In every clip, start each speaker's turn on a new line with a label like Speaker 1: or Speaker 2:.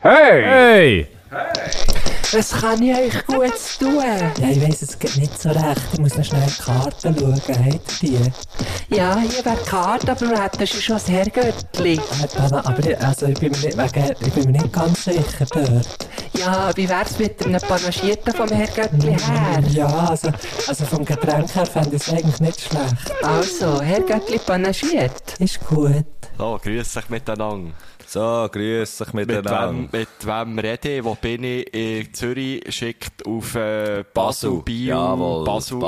Speaker 1: Hey!
Speaker 2: Hey!
Speaker 3: Was kann ich euch gut tun?
Speaker 4: Ja, ich weiss, es geht nicht so recht. Ich muss noch schnell die Karte schauen. Habt ihr die?
Speaker 3: Ja, hier wäre die Karte, aber du hättest schon das Herrgöttli.
Speaker 4: Äh, Dana, aber ich, also, ich, bin mir nicht, wegen, ich bin mir nicht ganz sicher dort.
Speaker 3: Ja, wie wär's mit einem Panagierten vom Herrgöttli her?
Speaker 4: Ja, also, also vom Getränk her fände ich es eigentlich nicht schlecht.
Speaker 3: Also, Herrgöttli panagiert.
Speaker 4: Ist gut.
Speaker 5: So, grüß dich miteinander.
Speaker 1: So, grüß dich
Speaker 5: Mit wem,
Speaker 1: miteinander.
Speaker 5: mit wem rede ich? Wo bin ich? In Zürich schickt auf äh, Basel,
Speaker 1: Basel.
Speaker 5: Bio,
Speaker 1: Jawohl, Basel.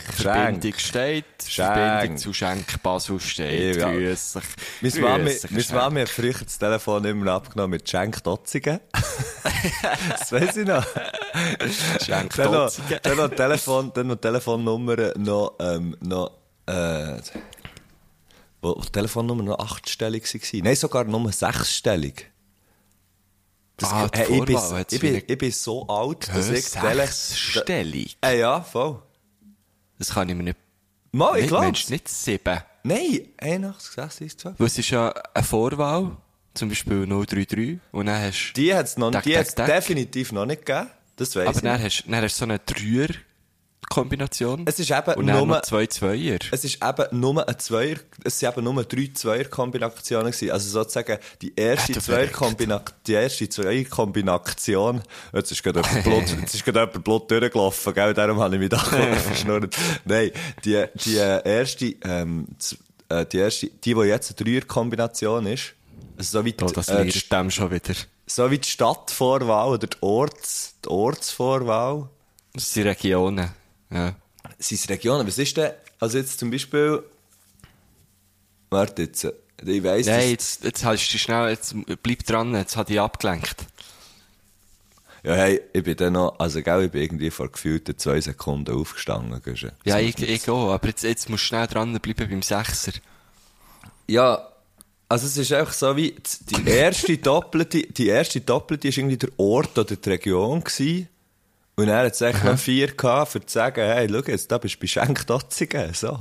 Speaker 5: voll.
Speaker 1: Schenk.
Speaker 5: Verbindung steht.
Speaker 1: Schenk.
Speaker 5: Verbindung zu Schenk Basel steht.
Speaker 1: Ja.
Speaker 5: Grüß dich.
Speaker 1: Meine
Speaker 5: Grüß
Speaker 1: Mami,
Speaker 5: dich,
Speaker 1: meine
Speaker 5: Schenk.
Speaker 1: Mami hat früher das Telefon immer abgenommen mit Schenk Dotzigen. das weiss ich noch.
Speaker 5: Schenk
Speaker 1: Dann noch,
Speaker 5: Dotzigen.
Speaker 1: dann noch, Telefon, dann noch Telefonnummer, noch, ähm, noch, äh, wo wo die Telefonnummer noch achtstellig war. Nein, sogar nur sechsstellig. Das,
Speaker 5: Ah, die
Speaker 1: ich, bin,
Speaker 5: Vorwahl hat's
Speaker 1: ich, bin,
Speaker 5: wieder-
Speaker 1: ich bin so alt, dass ich die Tele-
Speaker 5: Sechsstellung.
Speaker 1: Äh, ja, voll.
Speaker 5: Das kann ich mir nicht...
Speaker 1: Mal, Oh, ich
Speaker 5: nicht,
Speaker 1: glaub's.
Speaker 5: Mensch, nicht sieben.
Speaker 1: Nein, 81, 36, 12.
Speaker 5: Weil es ist ja eine Vorwahl. Zum Beispiel 033. Und dann hast
Speaker 1: Die hat's noch,
Speaker 5: Tack,
Speaker 1: die
Speaker 5: tack,
Speaker 1: hat's
Speaker 5: tack.
Speaker 1: definitiv noch nicht gegeben. Das weiss
Speaker 5: Aber
Speaker 1: ich.
Speaker 5: dann hast, dann hast du so eine Dreier-Kombination.
Speaker 1: Es ist eben
Speaker 5: Und dann
Speaker 1: nur-
Speaker 5: noch zwei Zweier.
Speaker 1: Es ist eben nur ein Zweier, es sind eben nur drei Zweierkombinationen gewesen. Also sozusagen, die erste
Speaker 5: Ah, du
Speaker 1: Zweierkombination, die erste Zweierkombination. Jetzt ist gerade jemand Blut, jetzt ist gerade jemand Blut durchgelaufen, gell? Darum habe ich mich da kurz verschnurrt. Nein, die, die äh, erste, ähm, z- äh, die erste, die, die jetzt eine Dreierkombination ist, also so wie die,
Speaker 5: Oh, das
Speaker 1: äh,
Speaker 5: lernst
Speaker 1: die-
Speaker 5: du dem schon wieder.
Speaker 1: so wie die Stadtvorwahl oder die Orts, die Ortsvorwahl,
Speaker 5: Das sind Regionen. Ja.
Speaker 1: sind Regionen. Was ist denn, also jetzt zum Beispiel, warte jetzt, ich weiss,
Speaker 5: Nein,
Speaker 1: dass-
Speaker 5: jetzt, jetzt hast du schnell, jetzt bleib dran, jetzt hat ich abgelenkt.
Speaker 1: Ja, hey, ich bin dann noch, also, gell, ich bin irgendwie vor gefühlten zwei Sekunden aufgestanden. Gell?
Speaker 5: Ja,
Speaker 1: So
Speaker 5: ich,
Speaker 1: muss man-
Speaker 5: ich auch, aber jetzt, jetzt musst du schnell dranbleiben beim Sechser.
Speaker 1: Ja, also, es ist einfach so wie, die- die erste doppelte, die erste doppelte ist irgendwie der Ort oder die Region gewesen. Und er hat es eigentlich noch vier gehabt, um zu sagen, hey, schau jetzt, da bist du bei Schenk Dotzigen, so.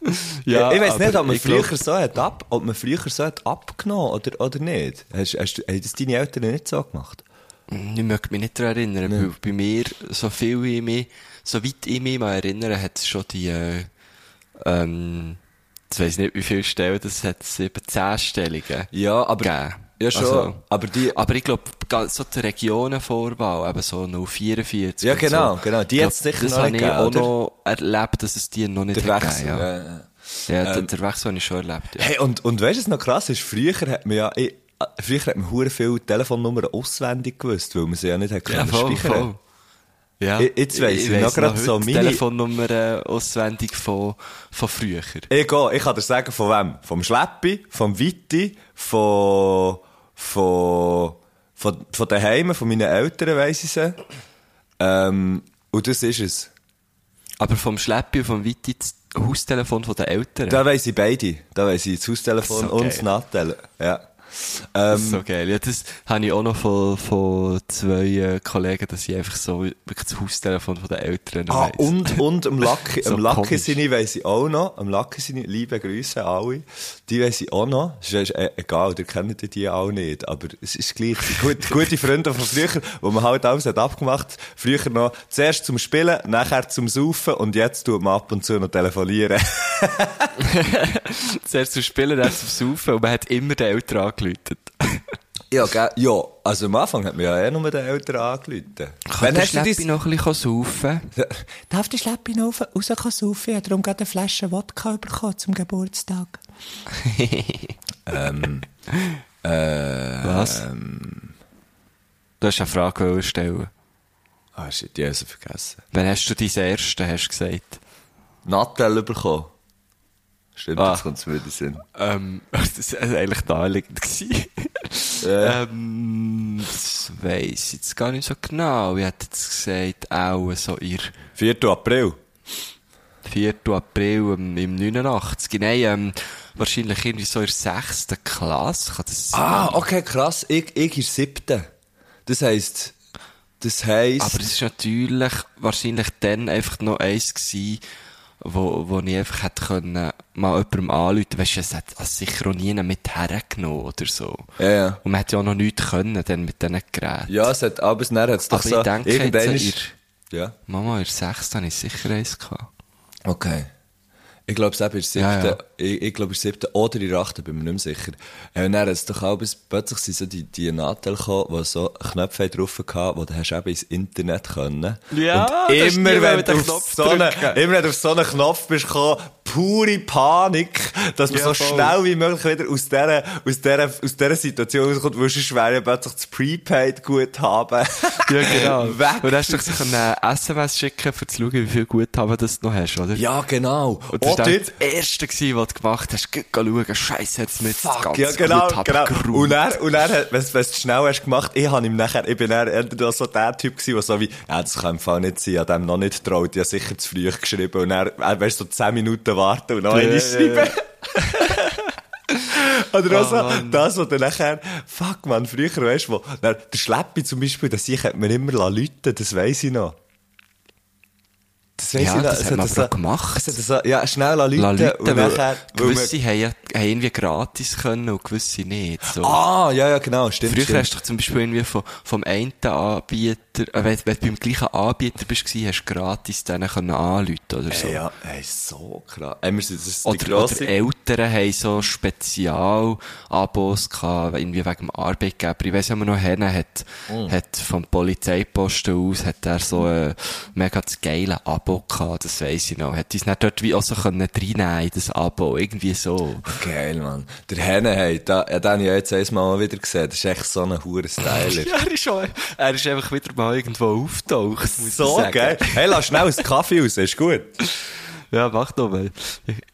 Speaker 1: ich weiß nicht, ob man, früher so hat ab, ob man früher so hat abgenommen oder, oder nicht. Hast, hast, du- haben das deine Eltern nicht so gemacht?
Speaker 5: Ich möchte mich nicht daran erinnern, weil bei mir, so viel ich mich, so weit ich mich mal erinnere, hat es schon die, äh, ähm, ich weiss nicht, wie viele Stellen, das hat es eben zehn Stellungen.
Speaker 1: Ja, aber.
Speaker 5: gegeben.
Speaker 1: Ja, schon. Ah,
Speaker 5: Also,
Speaker 1: aber die.
Speaker 5: aber ich glaube, so die Regionenvorwahl, eben so 044.
Speaker 1: Ja,
Speaker 5: und
Speaker 1: genau,
Speaker 5: so,
Speaker 1: genau. Die
Speaker 5: Ich
Speaker 1: hat's
Speaker 5: glaub,
Speaker 1: sicher
Speaker 5: Das
Speaker 1: noch
Speaker 5: habe
Speaker 1: nicht
Speaker 5: ich auch
Speaker 1: gegeben,
Speaker 5: noch erlebt, dass es die noch nicht
Speaker 1: der
Speaker 5: hat
Speaker 1: Wechsel.
Speaker 5: gegeben,
Speaker 1: ja, ja.
Speaker 5: ja. ja, den- den Wechsel habe ich schon erlebt, ja.
Speaker 1: Hey, und, und weißt du, was noch krass ist? Früher hat man ja. Ich, äh, früher hat man hure viele Telefonnummern auswendig gewusst, weil man sie ja nicht hat können speichern.
Speaker 5: Ja,
Speaker 1: Ich- jetzt weiss ich noch
Speaker 5: weiss
Speaker 1: grad so
Speaker 5: heute
Speaker 1: meine-
Speaker 5: Telefonnummer äh, auswendig von, von früher.
Speaker 1: Ich gehe, Eh, ich kann dir sagen, von wem? Vom Schleppi, vom Witti, von, von, von, von daheim, von meinen Eltern, weiss ich sie. Ähm, und das ist es.
Speaker 5: Aber vom Schleppi und vom Witti das Haustelefon von den Eltern.
Speaker 1: Da weiss ich beide. Da weiss ich das Haustelefon
Speaker 5: Das ist so
Speaker 1: und
Speaker 5: geil.
Speaker 1: das Nattel. Ja.
Speaker 5: Das ist
Speaker 1: ähm,
Speaker 5: so geil. Ja, das habe ich auch noch von, von zwei äh, Kollegen, dass ich einfach so wirklich das Haustelefon von den Eltern noch
Speaker 1: Ah,
Speaker 5: weiss.
Speaker 1: und, und am Lucky,
Speaker 5: So
Speaker 1: am Lucky
Speaker 5: komisch.
Speaker 1: Sini weiss ich auch noch. Am Lucky Sini, liebe Grüße an alle. Die weiss ich auch noch. Es ist äh, egal, ihr kennt die auch nicht. Aber es ist gleich. Gut, gute Freunde von früher, wo man halt alles hat abgemacht. Früher noch zuerst zum Spielen, nachher zum Saufen und jetzt tut man ab und zu noch telefonieren.
Speaker 5: Zuerst zum Spielen, dann zum Saufen und man hat immer den Eltern angeläutet.
Speaker 1: ja, gell? Ja, also am Anfang hat man ja eh nur den Eltern angeläutet.
Speaker 5: Kann der Schleppi noch ein bisschen saufen?
Speaker 4: Darf die Schleppe raus, raussaufen? Ich habe darum gerade eine Flasche Wodka bekommen zum Geburtstag.
Speaker 5: Was? Ähm, Du hast eine Frage wollen stellen.
Speaker 1: Ah, shit, die habe ich so vergessen.
Speaker 5: Wann hast du deinen ersten, hast du gesagt?
Speaker 1: Nattel bekommen. Stimmt,
Speaker 5: Ah.
Speaker 1: jetzt kommt es mir in den Sinn.
Speaker 5: Ähm, das war eigentlich naheliegend. gewesen.
Speaker 1: Ja.
Speaker 5: ähm, das weiss ich jetzt gar nicht so genau. Ich hätte jetzt gesagt, auch so ihr
Speaker 1: 4. April.
Speaker 5: 4. April ähm, im 89. Nein, ähm, wahrscheinlich irgendwie so in der 6. Klasse. Kann das sein?
Speaker 1: Ah, okay, krass. Ich, ich ist siebte. Das heisst, das heisst,
Speaker 5: Aber es ist natürlich wahrscheinlich dann einfach noch eins gewesen, wo, wo ich einfach hätte können, mal jemandem anrufen, weisst du, es hat also sicher auch nie mit hergenommen oder so.
Speaker 1: Ja, ja.
Speaker 5: Und man hätte ja auch noch nichts können, dann mit diesen Geräten.
Speaker 1: Ja, es hat, aber es hat es doch
Speaker 5: Aber
Speaker 1: so...
Speaker 5: ich denke, jetzt
Speaker 1: irgendwann
Speaker 5: so
Speaker 1: ist- Ja.
Speaker 5: Mama, in der 6. hatte ich sicher eins. Gehabt.
Speaker 1: Okay. Ich glaube, selbst in der siebten,
Speaker 5: Ja, ja.
Speaker 1: ich, ich glaube, in der siebten oder in der achten, bin ich mir nicht mehr sicher. Äh, Und dann hat's doch auch, bis- plötzlich sind so die, die Nadel gekommen, die so Knöpfe drauf hatten, wo du hast eben ins Internet können.
Speaker 5: Ja,
Speaker 1: Und
Speaker 5: das ist
Speaker 1: immer,
Speaker 5: die,
Speaker 1: wenn
Speaker 5: mit
Speaker 1: du
Speaker 5: dem
Speaker 1: auf
Speaker 5: Knopf
Speaker 1: so einen,
Speaker 5: drücken.
Speaker 1: immer wenn du auf so einen Knopf bist gekommen, pure Panik, dass man
Speaker 5: Ja,
Speaker 1: so
Speaker 5: voll.
Speaker 1: schnell wie möglich wieder aus dieser, aus dieser, aus dieser Situation rauskommt, weil sonst wäre ja plötzlich das Prepaid-Guthaben weg.
Speaker 5: Und dann hast du doch sicher eine SMS schicken, um zu schauen, wie viel Guthaben das du noch hast, oder?
Speaker 1: Ja, genau.
Speaker 5: Und das war
Speaker 1: Oder-
Speaker 5: dann das Erste, gewesen, was du gemacht hast. Geh schauen, Scheiße, jetzt mit das
Speaker 1: Fuck,
Speaker 5: ganze
Speaker 1: ja, genau,
Speaker 5: Guthaben
Speaker 1: genau.
Speaker 5: geräumt.
Speaker 1: Und er, und er, wenn du es schnell hast gemacht, ich habe ihm nachher, ich bin dann entweder so der Typ gewesen, der so wie, ja, das kann im Fall nicht sein, ich habe dem noch nicht getraut, ich habe sicher zu früh geschrieben und er, er weißt so 10 Minuten warten und noch eine schreiben. Oder
Speaker 5: Ah,
Speaker 1: auch so, das, was dann nachher, fuck man, früher, weißt du, wo, dann, der Schleppi zum Beispiel, das ich hätte mir immer lassen läuten, das weiss ich noch. Das weiss
Speaker 5: Ja, das
Speaker 1: es
Speaker 5: hat man aber
Speaker 1: so-
Speaker 5: auch gemacht.
Speaker 1: es hat so, ja, schnell lassen
Speaker 5: Lass
Speaker 1: läuten
Speaker 5: Leute,
Speaker 1: und nachher,
Speaker 5: weil
Speaker 1: weil man-
Speaker 5: gewisse haben, ja, haben irgendwie gratis können und gewisse nicht. So.
Speaker 1: Ah, ja, ja, genau, stimmt.
Speaker 5: Früher
Speaker 1: stimmt.
Speaker 5: hast du doch zum Beispiel irgendwie vom, vom einen Anbieter, äh, wenn, wenn du beim gleichen Anbieter bist, gewesen, hast du gratis denen können anrufen oder so.
Speaker 1: Ey, ja, ey, so krass. Ey, wir sind, das ist die
Speaker 5: Oder, oder
Speaker 1: grosse...
Speaker 5: Eltern haben so Spezialabos gehabt, irgendwie wegen dem Arbeitgeber. Ich weiss, wenn man noch hin hat,
Speaker 1: Hm.
Speaker 5: hat vom Polizeiposten aus, hat er so ein mega das geile Abo gehabt, das weiss ich noch. Hat uns dann dort wie auch so können reinnehmen in das Abo, irgendwie so.
Speaker 1: Geil, Mann. Der Henne, hey, da, ja, den habe ich ja jetzt einmal mal wieder gesehen. Das ist echt so ein hoher Styler.
Speaker 5: Ja, er ist, auch, er ist einfach wieder mal irgendwo auftaucht.
Speaker 1: so geil. Hey, lass schnell einen Kaffee raus, ist gut.
Speaker 5: Ja, mach doch mal.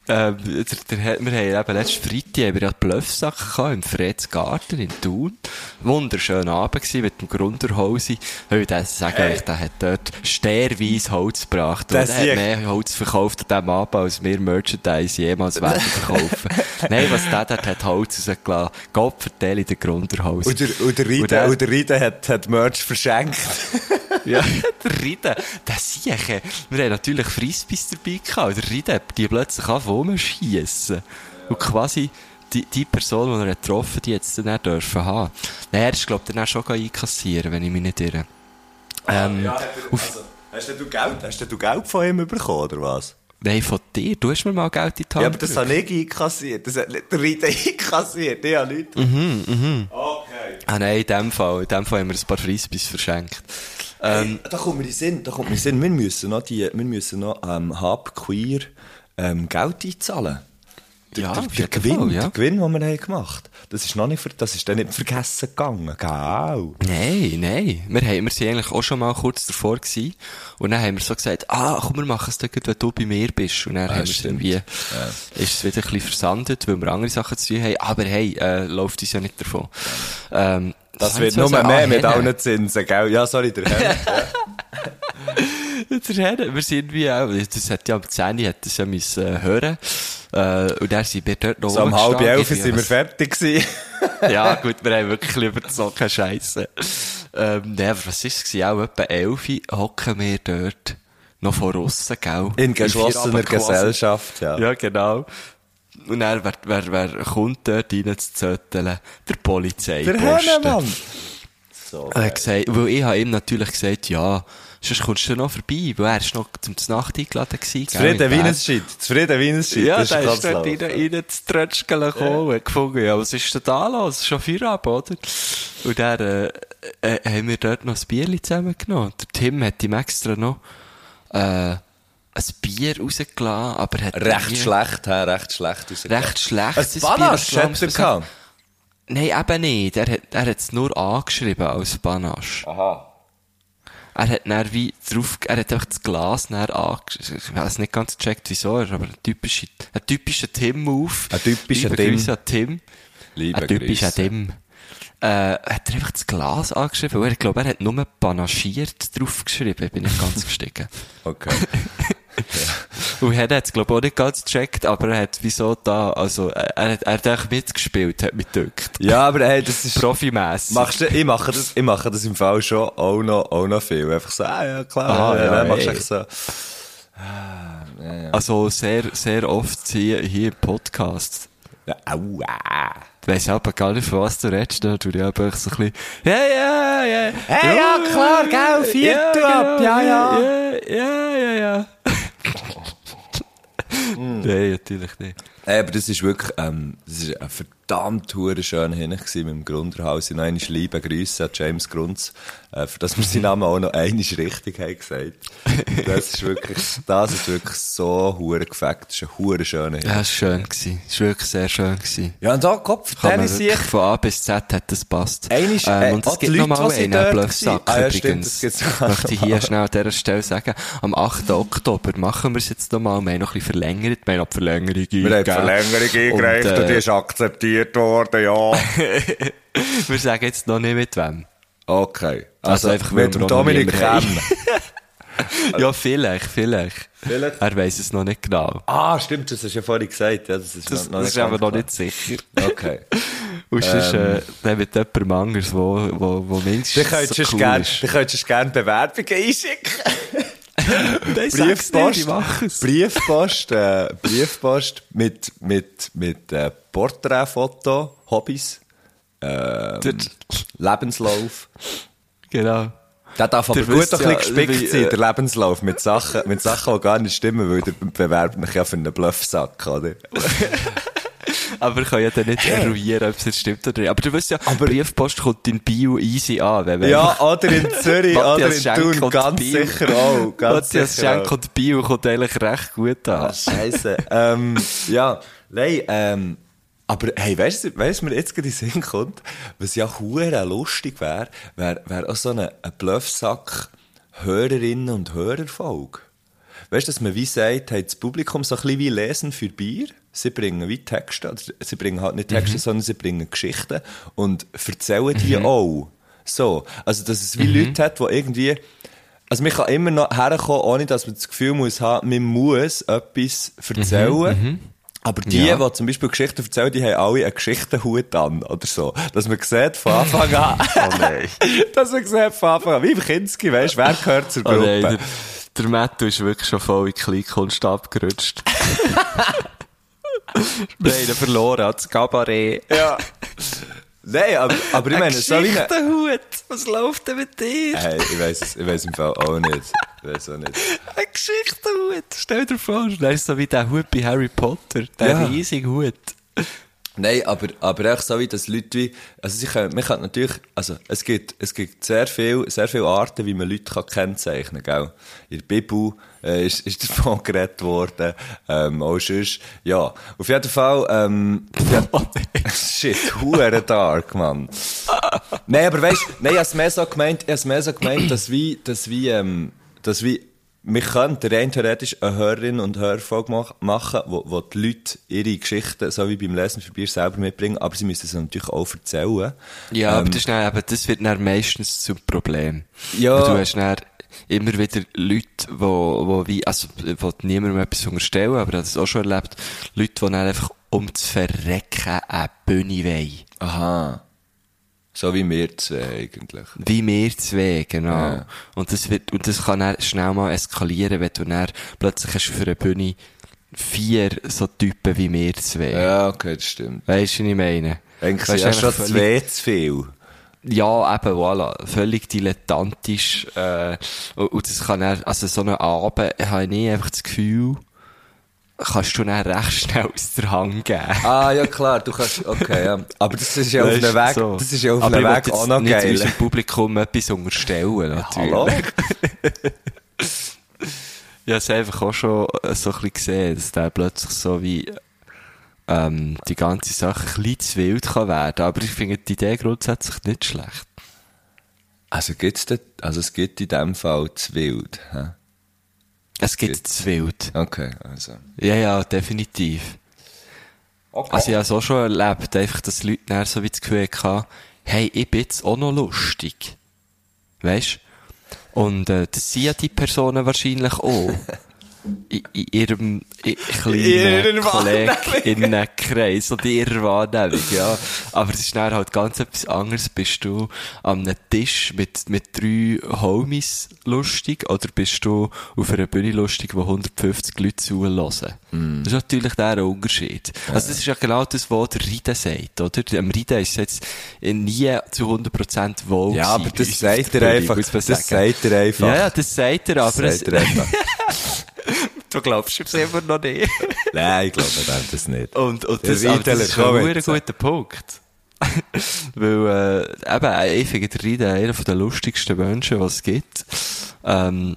Speaker 5: Ähm, der, der, wir haben eben letzten Freitag haben wir ja die Bluffsache gehabt, im Freds Garten in Thun. Wunderschöner Abend gewesen, mit dem Grunderhausi. Ich würde sagen, hey. der hat dort sterweise Holz gebracht. Und
Speaker 1: Das
Speaker 5: er
Speaker 1: ich-
Speaker 5: hat mehr Holz verkauft an diesem Abend, als wir Merchandise jemals werden verkaufen. Nein, was der dort hat Holz rausgelassen. Gott vertelle der Grunderhausi.
Speaker 1: Und der, und der
Speaker 5: Und
Speaker 1: Reiden,
Speaker 5: der-
Speaker 1: und der Reiden hat, hat Merch verschenkt.
Speaker 5: Ja, der Riden, der Sieche. Wir haben natürlich Frisbees dabei gehabt. Der Riden hat die plötzlich angefangen schießen Und quasi die, die Person, die er hat getroffen die jetzt dann auch dürfen haben. Nein, er ist, glaube ich, dann auch schon einkassieren, wenn ich mich nicht irre. Ähm, auf,
Speaker 1: Also, Hast denn du Geld, hast denn du Geld von ihm bekommen, oder was?
Speaker 5: nein, von dir. Du hast mir mal Geld in die Hand
Speaker 1: Ja, aber das
Speaker 5: gedrückt.
Speaker 1: habe ich einkassiert. Das hat nicht der Reiden einkassiert. Ich habe Leute. Mhm, mhm. Okay.
Speaker 5: Ah, nein, in dem Fall. In dem Fall haben wir ein paar Frisbees verschenkt. Ähm,
Speaker 1: Da kommt mir in den Sinn, da kommt mir in den Sinn. Wir müssen noch die, wir müssen noch, ähm, Hub Queer, ähm, Geld einzahlen. Der,
Speaker 5: Ja,
Speaker 1: der,
Speaker 5: Ah, auf
Speaker 1: der
Speaker 5: jeden
Speaker 1: Gewinn,
Speaker 5: Fall, ja.
Speaker 1: der Gewinn, den wir haben gemacht haben, das ist noch nicht, ver- das ist dann nicht vergessen gegangen, gell?
Speaker 5: Nein, nein. Wir, haben, wir sind eigentlich auch schon mal kurz davor gewesen. Und dann haben wir so gesagt, ah, komm, wir machen es dann, gut, wenn du bei mir bist. Und dann haben wir es
Speaker 1: Ah, stimmt.
Speaker 5: irgendwie, ist es wieder ein bisschen versandet, weil wir andere Sachen zu tun haben. Aber hey, äh, läuft uns ja nicht davon. Ähm,
Speaker 1: Das
Speaker 5: hab ich jetzt
Speaker 1: wird nur
Speaker 5: also-
Speaker 1: mehr
Speaker 5: ah,
Speaker 1: mit
Speaker 5: Henne.
Speaker 1: allen Zinsen, gell? Ja, sorry, der Herr.
Speaker 5: Der Henne, wir sind wie auch, das hat ja am 10. Uhr hat das ja müssen äh, hören. Äh, und dann sind wir dort noch
Speaker 1: so um halb
Speaker 5: rumgestanden.
Speaker 1: elf
Speaker 5: Ich bin
Speaker 1: sind
Speaker 5: ja
Speaker 1: wir fertig gewesen.
Speaker 5: ja, gut, wir haben wirklich überzogen, scheisse. Ähm, nee, aber was ist es? Auch etwa 11 Uhr hocken wir dort noch von aussen, gell?
Speaker 1: In geschlossener
Speaker 5: Im Feierabend quasi.
Speaker 1: Gesellschaft, ja.
Speaker 5: Ja, genau. Und dann, wer, wer, wer kommt dort rein zu zötteln? Der Polizei.
Speaker 1: Der Herr, Mann. So. äh,
Speaker 5: Er hat gesagt, weil ich habe ihm natürlich gesagt, ja, sonst kommst du noch vorbei, weil er ist noch zum Nacht eingeladen gewesen. gell,
Speaker 1: Zufrieden
Speaker 5: in Bern.
Speaker 1: Wienerscheid. Zufrieden Wienerscheid.
Speaker 5: Ja,
Speaker 1: das
Speaker 5: da ist
Speaker 1: ist
Speaker 5: dort
Speaker 1: ganz
Speaker 5: rein,
Speaker 1: laut.
Speaker 5: rein zu Trötschkeln gekommen und hat gefunden, ja, was ist denn da los? Schon Feierabend, oder? Und dann, äh, äh, haben wir dort noch ein Bierli zusammengenommen. Der Tim hat ihm extra noch, äh, ein Bier rausgelassen, aber hat
Speaker 1: Recht
Speaker 5: nie-
Speaker 1: schlecht, hä? Recht schlecht. rausgekommen.
Speaker 5: recht schlecht.
Speaker 1: Ein Banasch, hat er gehabt.
Speaker 5: Nein, eben nicht. Er hat, er hat's nur angeschrieben als Panache.
Speaker 1: Aha.
Speaker 5: Er hat dann wie drauf, er hat einfach das Glas dann angeschrieben. Ich weiß nicht ganz gecheckt, wieso, aber ein typischer, ein typischer Tim-Move.
Speaker 1: Ein typischer
Speaker 5: Liebe
Speaker 1: Tim.
Speaker 5: Grüße an Tim.
Speaker 1: Liebe
Speaker 5: Ein typischer
Speaker 1: Grüße.
Speaker 5: Tim. Äh, hat er einfach das Glas angeschrieben? Weil ich glaube, er hat nur panaschiert draufgeschrieben. Ich bin nicht ganz gestiegen.
Speaker 1: Okay.
Speaker 5: Und er hat es, glaube ich, auch nicht ganz gecheckt, aber er hat wieso da, also, er, er hat, er hat eigentlich mitgespielt, hat mich gedrückt.
Speaker 1: Ja, aber hey, das ist...
Speaker 5: Profimässig.
Speaker 1: Machst du, ich, mache das, ich mache das im Fall schon auch noch, auch noch viel. Einfach so, ah ja, klar,
Speaker 5: Ah,
Speaker 1: ja,
Speaker 5: ja,
Speaker 1: dann machst du
Speaker 5: ey.
Speaker 1: echt so.
Speaker 5: Also sehr, sehr oft hier, hier im Podcast.
Speaker 1: Ja, aua.
Speaker 5: Ich weiss aber gar nicht, von was du redest. Da tue ich einfach so ein bisschen, ja, ja, ja. Oh, genau,
Speaker 4: Hey, ja, klar, gell, Viertel ab, ja, ja.
Speaker 5: Ja, ja, ja. Nein, natürlich nicht.
Speaker 1: Ey, aber das ist wirklich, ähm, das ist ein verdammt hure schön hin gewesen mit dem Grunderhaus. Und einmal liebe Grüße an James Grunz, äh, für das wir seinen Namen auch noch einmal richtig haben gesagt. Das ist wirklich, das ist wirklich so hure gefackt. Das ist ein hure schöner
Speaker 5: Ja,
Speaker 1: Hin.
Speaker 5: es war schön. gewesen. Es war wirklich sehr schön. gewesen.
Speaker 1: Ja, und da, Kopf,
Speaker 5: Kann man
Speaker 1: Dennis,
Speaker 5: wirklich
Speaker 1: ich,
Speaker 5: von A bis Z hat das passt.
Speaker 1: Einmal, äh,
Speaker 5: und
Speaker 1: auch
Speaker 5: es
Speaker 1: die
Speaker 5: gibt
Speaker 1: Leute,
Speaker 5: noch mal
Speaker 1: die sie
Speaker 5: einen
Speaker 1: dort
Speaker 5: Blöfsack
Speaker 1: waren. Ah, ja, stimmt,
Speaker 5: übrigens.
Speaker 1: das gibt's auch
Speaker 5: möchte ich hier schnell an dieser Stelle sagen. Am 8. Oktober machen wir es jetzt noch mal. Wir haben noch ein bisschen verlängert. Wir haben auch die Verlängerung
Speaker 1: wir haben die
Speaker 5: eingegeben.
Speaker 1: Verlängerung eingereicht und,
Speaker 5: Und,
Speaker 1: die
Speaker 5: äh,
Speaker 1: ist akzeptiert worden, ja.
Speaker 5: wir sagen jetzt noch nicht mit wem.
Speaker 1: Okay.
Speaker 5: Also einfach, weil
Speaker 1: mit
Speaker 5: wir
Speaker 1: dem
Speaker 5: auch noch
Speaker 1: Dominik
Speaker 5: niemanden
Speaker 1: Kemm.
Speaker 5: Ja, vielleicht, vielleicht.
Speaker 1: Vielleicht.
Speaker 5: Er weiß es noch nicht genau.
Speaker 1: Ah, stimmt, das hast du ja vorhin gesagt. Ja, das ist,
Speaker 5: Das,
Speaker 1: noch- noch
Speaker 5: das ist aber
Speaker 1: ganz Ähm.
Speaker 5: noch nicht sicher.
Speaker 1: klar. Okay.
Speaker 5: Und sonst, äh, dann mit jemandem anders, wo, wo, wo
Speaker 1: Du
Speaker 5: mindestens
Speaker 1: könntest
Speaker 5: so cool
Speaker 1: gerne
Speaker 5: ist.
Speaker 1: gern Bewerbungen einschicken.
Speaker 5: Nein, sag's nicht, ich mach es.
Speaker 1: Briefpost, äh, Briefpost mit, mit, mit äh, Porträtfoto, Hobbys, ähm, Lebenslauf.
Speaker 5: Genau.
Speaker 1: Der darf aber
Speaker 5: Ihr
Speaker 1: gut
Speaker 5: wisst
Speaker 1: ein bisschen
Speaker 5: ja,
Speaker 1: gespickt
Speaker 5: wie,
Speaker 1: sein,
Speaker 5: äh,
Speaker 1: der Lebenslauf, mit Sachen, mit Sachen, die gar nicht stimmen, weil der bewerbt mich ja für einen Bluffsack, oder?
Speaker 5: Aber wir können ja dann nicht eruieren, ob es jetzt stimmt oder nicht. Aber du weißt ja, Briefpost kommt in Bio easy an. Wenn wir einfach-
Speaker 1: Ja, oder in Zürich, oder in
Speaker 5: Matthias Schenk
Speaker 1: Thun,
Speaker 5: und
Speaker 1: ganz
Speaker 5: Biel.
Speaker 1: sicher auch. Ganz
Speaker 5: Matthias
Speaker 1: sicher
Speaker 5: Schenk
Speaker 1: auch.
Speaker 5: und Bio kommt eigentlich recht gut an.
Speaker 1: Ah, Scheiße. ähm, ja, nein, ähm, aber hey, weißt du, weißt du, mir jetzt gerade in den Sinn kommt, was ja hure lustig wäre, wäre wär auch so eine, eine Bluffsack Hörerinnen und Hörerfolge. Weißt du, dass man wie sagt, hey, das Publikum so ein bisschen wie lesen für Bier. Sie bringen wie Texte, also sie bringen halt nicht Texte, sondern sie bringen Geschichten und erzählen die auch. So, also dass es wie Leute hat, die irgendwie also man kann immer noch herkommen, ohne dass man das Gefühl muss haben, man muss etwas erzählen. Aber die,
Speaker 5: Mhm, Ja.
Speaker 1: die zum Beispiel Geschichten erzählen, die haben alle einen Geschichtenhut an oder so. Dass man sieht von Anfang an. oh nein. dass man sieht von Anfang an. Wie im Kinski, weißt du, wer gehört zur
Speaker 5: Oh nein,
Speaker 1: Gruppe?
Speaker 5: der, der Matto ist wirklich schon voll in die Kleinkunst abgerutscht. Nein, der verloren hat das Gabarett.
Speaker 1: ja. Nein, aber, aber ich meine, so wie eine...
Speaker 5: Geschichtenhut, was läuft denn mit dir?
Speaker 1: Hey, ich weiss, es- ich weiss im Fall auch nicht. Ich weiss auch nicht.
Speaker 5: Ein Geschichtenhut, stell dir vor. Der ist so wie der Hut bei Harry Potter, der
Speaker 1: Ja.
Speaker 5: riesige Hut.
Speaker 1: Nein, aber, aber echt so wie, dass Leute wie, also sie können, man kann natürlich, also es gibt, es gibt sehr viel, sehr viele Arten, wie man Leute kann kennzeichnen kann, gell? In der Bibel äh, ist, ist davon geredet worden, ähm, auch sonst, ja. Auf jeden Fall, ähm, ja, shit, hure dark, Mann. Nein, aber weißt du, nein, ich hab's mehr so gemeint, ich hab's mehr so gemeint, dass wie, dass wie, ähm, dass wie, wir könnten rein theoretisch eine Hörerin und Hörfolge mach- machen, wo, wo die Leute ihre Geschichten, so wie beim Lesen für Bier, selber mitbringen, aber sie müssen sie natürlich auch erzählen.
Speaker 5: Ja,
Speaker 1: Ähm,
Speaker 5: aber das, ist dann, eben, das wird dann meistens zum Problem.
Speaker 1: Ja.
Speaker 5: Weil Du hast dann immer wieder Leute, wo, wo wie, also, ich will niemandem etwas unterstellen, aber ich habe das auch schon erlebt, Leute, die dann einfach um zu verrecken eine Bühne wollen.
Speaker 1: Aha. So wie wir zwei eigentlich.
Speaker 5: Wie wir zwei, genau.
Speaker 1: Ja.
Speaker 5: Und das wird, und das kann dann schnell mal eskalieren, wenn du dann plötzlich hast auf einer Bühne vier so Typen wie wir zwei.
Speaker 1: Ja, okay, das stimmt.
Speaker 5: Weißt du, was ich meine?
Speaker 1: Eigentlich
Speaker 5: Weisst
Speaker 1: sind
Speaker 5: du,
Speaker 1: ja schon
Speaker 5: eigentlich völlig-
Speaker 1: zwei zu viel.
Speaker 5: Ja, eben, voilà. Völlig dilettantisch. Äh, und, und das kann dann, also so einen Abend habe ich nie einfach das Gefühl, kannst du dann recht schnell aus der Hand geben.
Speaker 1: Ah, ja, klar, du kannst, okay, ja. Aber das ist ja auf
Speaker 5: Weisst
Speaker 1: einem
Speaker 5: du,
Speaker 1: Weg,
Speaker 5: so.
Speaker 1: das ist ja auf
Speaker 5: Aber
Speaker 1: einem
Speaker 5: ich will
Speaker 1: Weg
Speaker 5: jetzt
Speaker 1: auch noch
Speaker 5: nicht
Speaker 1: geil.
Speaker 5: unserem Publikum etwas unterstellen, natürlich.
Speaker 1: Hallo?
Speaker 5: Ich habe es einfach auch schon äh, so ein bisschen gesehen, dass der plötzlich so wie ähm, die ganze Sache ein bisschen zu wild kann werden. Aber ich finde die Idee grundsätzlich nicht schlecht.
Speaker 1: Also gibt's da, also es gibt in dem Fall zu wild, hä?
Speaker 5: Es geht zu wild.
Speaker 1: Okay, also.
Speaker 5: Ja, ja, definitiv. Also ich habe es auch schon erlebt, einfach, dass Leute dann so wie das Gefühl hatten, hey, ich bin jetzt auch noch lustig. Weißt Und äh, das sind ja die Personen wahrscheinlich auch. in, in ihrem i- kleinen
Speaker 1: ihrer
Speaker 5: Kolleginnenkreis und in ihrer Wahrnehmung, ja. Aber es ist dann halt ganz etwas anderes. Bist du an einem Tisch mit, mit drei Homies lustig oder bist du auf einer Bühne lustig, wo 150 Leute zuhören?
Speaker 1: Mm.
Speaker 5: Das ist natürlich der ein Unterschied. Also das ist ja genau das, was der Ride sagt, oder? Am Ride ist es jetzt nie zu 100% wohl
Speaker 1: Also,
Speaker 5: gewesen
Speaker 1: Ja, aber
Speaker 5: bei
Speaker 1: das
Speaker 5: uns auf
Speaker 1: sagt
Speaker 5: der
Speaker 1: er
Speaker 5: Bühne,
Speaker 1: einfach.
Speaker 5: muss man
Speaker 1: Das
Speaker 5: sagen.
Speaker 1: sagt er einfach.
Speaker 5: Ja, ja, das sagt er, aber
Speaker 1: das
Speaker 5: es,
Speaker 1: sagt er einfach.
Speaker 5: du glaubst es immer noch nicht.
Speaker 1: Nein, ich glaube dem das nicht.
Speaker 5: Und, und
Speaker 1: Der
Speaker 5: das, aber das
Speaker 1: Riedel,
Speaker 5: ist
Speaker 1: komm
Speaker 5: ein sehr
Speaker 1: jetzt.
Speaker 5: guter Punkt. Weil, äh, eben, ich finde der Riede einer der lustigsten Menschen, was es gibt. Ähm,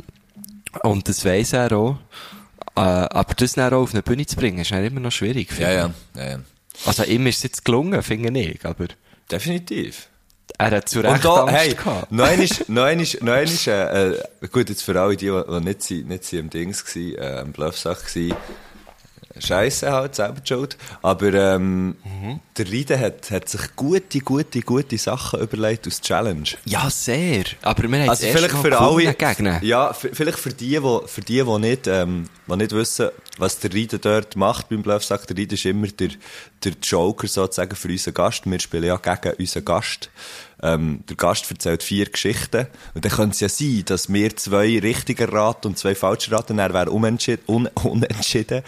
Speaker 5: und das weiss er auch. Äh, aber das dann auch auf eine Bühne zu bringen, ist dann immer noch schwierig. finde
Speaker 1: Ja,
Speaker 5: ich.
Speaker 1: ja, ja, ja.
Speaker 5: Also ihm ist es jetzt gelungen, finde ich, aber
Speaker 1: Definitiv.
Speaker 5: er hat zu Recht
Speaker 1: da,
Speaker 5: Angst
Speaker 1: hey,
Speaker 5: gehabt.
Speaker 1: neun ist, neun ist, neun ist, äh, äh, gut, jetzt für alle die, die nicht, sie- nicht sie im Dings gsi, äh, im Bluffsack gsi, Scheiße halt, selber die schuld. Aber, ähm,
Speaker 5: Mhm.
Speaker 1: der Riede hat, hat sich gute, gute, gute Sachen überlegt aus Challenge.
Speaker 5: Ja, sehr. Aber wir haben das
Speaker 1: Also
Speaker 5: erste
Speaker 1: vielleicht
Speaker 5: Mal
Speaker 1: für
Speaker 5: gewonnen
Speaker 1: alle,
Speaker 5: Gegen ihn.
Speaker 1: ja, v- vielleicht für die, wo, für die, wo nicht, ähm, wo nicht wissen, was der Rieder dort macht beim Bluffsack. Der Rieder ist immer der, der Joker sozusagen für unseren Gast. Wir spielen ja gegen unseren Gast. Ähm, der Gast erzählt vier Geschichten. Und dann könnte es ja sein, dass wir zwei richtige raten und zwei falsche raten. Er wäre unentschieden, un, unentschieden.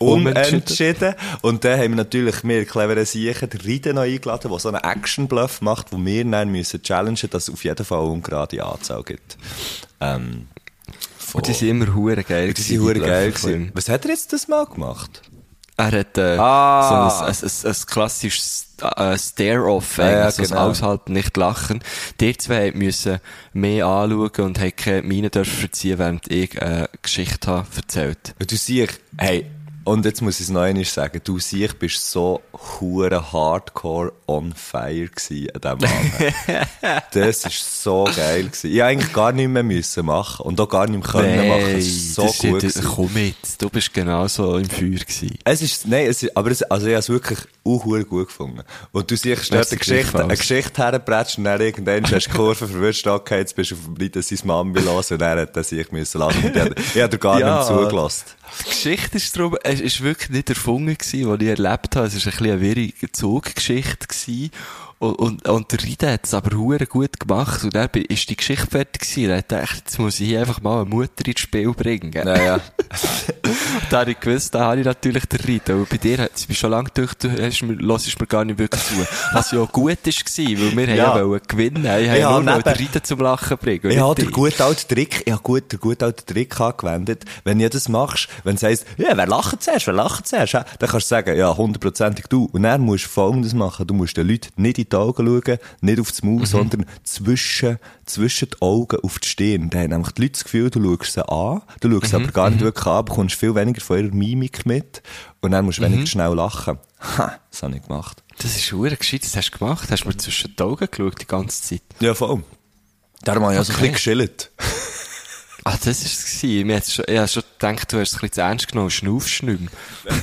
Speaker 5: Unentschieden.
Speaker 1: Unentschieden entschieden. Und dann haben wir natürlich mehr clevere Siechen, den Rieden noch eingeladen, der so einen Action-Bluff macht, wo wir dann müssen challengen, dass es auf jeden Fall eine ungerade Anzahl gibt. Ähm, von-
Speaker 5: Und die sind immer hure geil.
Speaker 1: die
Speaker 5: gewesen,
Speaker 1: sind verdammt
Speaker 5: die
Speaker 1: geil
Speaker 5: Blöcke von ihm.
Speaker 1: gewesen. Was hat er jetzt das mal gemacht?
Speaker 5: Er hat äh,
Speaker 1: Ah.
Speaker 5: so ein, ein, ein, ein klassisches äh, Stare-Off,
Speaker 1: Ja, ja,
Speaker 5: eigentlich, so ein
Speaker 1: genau.
Speaker 5: Aushalten, nicht lachen. Die zwei müssen mehr anschauen und haben keine Miene dürfen verziehen, während ich eine Geschichte habe erzählt.
Speaker 1: Und du siehst, hey, und jetzt muss ich es noch einmal sagen, du siehst, bist so hure hardcore on fire gsi an diesem Abend. das war so geil. Gewesen. Ich hab eigentlich gar nicht mehr müssen machen und auch gar nicht mehr können machen. Es ist so
Speaker 5: das
Speaker 1: gut.
Speaker 5: ist,
Speaker 1: gewesen.
Speaker 5: komm mit, du bist genauso im Feuer gewesen.
Speaker 1: Es ist, nein, es ist, aber es, also ich habe es wirklich auch hure gut gefunden. Und du siehst
Speaker 5: Merci
Speaker 1: dort eine Geschichte, eine
Speaker 5: gleichfalls.
Speaker 1: Geschichte herprätscht und dann irgendwann hast du die Kurve verwirrt, okay, jetzt bist du auf dem Leid, dass sein Mami los und er hat das ich müssen lassen. Und Ich habe ich habe dir gar
Speaker 5: Ja.
Speaker 1: nicht mehr zugelassen.
Speaker 5: Die Geschichte ist drum, es ist wirklich nicht erfunden gewesen, was ich erlebt habe. Es ist ein bisschen eine wirre Zuggeschichte gewesen. Und, und, und der Ride hat es aber hure gut gemacht. Und dann bin- ist die Geschichte fertig gewesen. Dann dachte ich, jetzt muss ich hier einfach mal eine Mutter ins Spiel bringen.
Speaker 1: Naja.
Speaker 5: Da habe ich gewusst, da habe ich natürlich den Ride. Und bei dir, hat- du bist schon lange durch, du hast mir, hörst mir gar nicht wirklich zu. Was ja auch gut ist gewesen, weil wir
Speaker 1: Ja.
Speaker 5: haben ja wollen gewinnen. Ich
Speaker 1: Ich
Speaker 5: habe nur
Speaker 1: habe
Speaker 5: noch den
Speaker 1: neben-
Speaker 5: Ride zum Lachen bringen. und
Speaker 1: Ich habe
Speaker 5: nicht
Speaker 1: den
Speaker 5: dich.
Speaker 1: guten alten Trick, ich habe gut, den guten alten Trick angewendet. Wenn du das machst, wenn es heisst, ja, wer lacht zuerst, wer lacht zuerst, hä? dann kannst du sagen, ja, hundertprozentig du. Und dann musst du Folgendes machen. Du musst den Leuten nicht in die Augen schauen, nicht auf das Maul, sondern zwischen, zwischen die Augen auf die Stirn. Dann haben nämlich die Leute das Gefühl, du schaust sie an, du schaust sie aber gar nicht wirklich an, bekommst viel weniger von ihrer Mimik mit. Und dann musst du weniger schnell lachen. Ha, das habe ich gemacht.
Speaker 5: Das ist hure gescheit, das hast du gemacht. Hast du mir zwischen die Augen geschaut die ganze Zeit.
Speaker 1: Ja, voll. Darum habe ich also
Speaker 5: Okay.
Speaker 1: ein bisschen geschillt.
Speaker 5: Ah, das ist es gewesen. Mir hat's schon, ich hab schon gedacht, du hast es ein bisschen zu ernst genommen, schnaufst nicht mehr.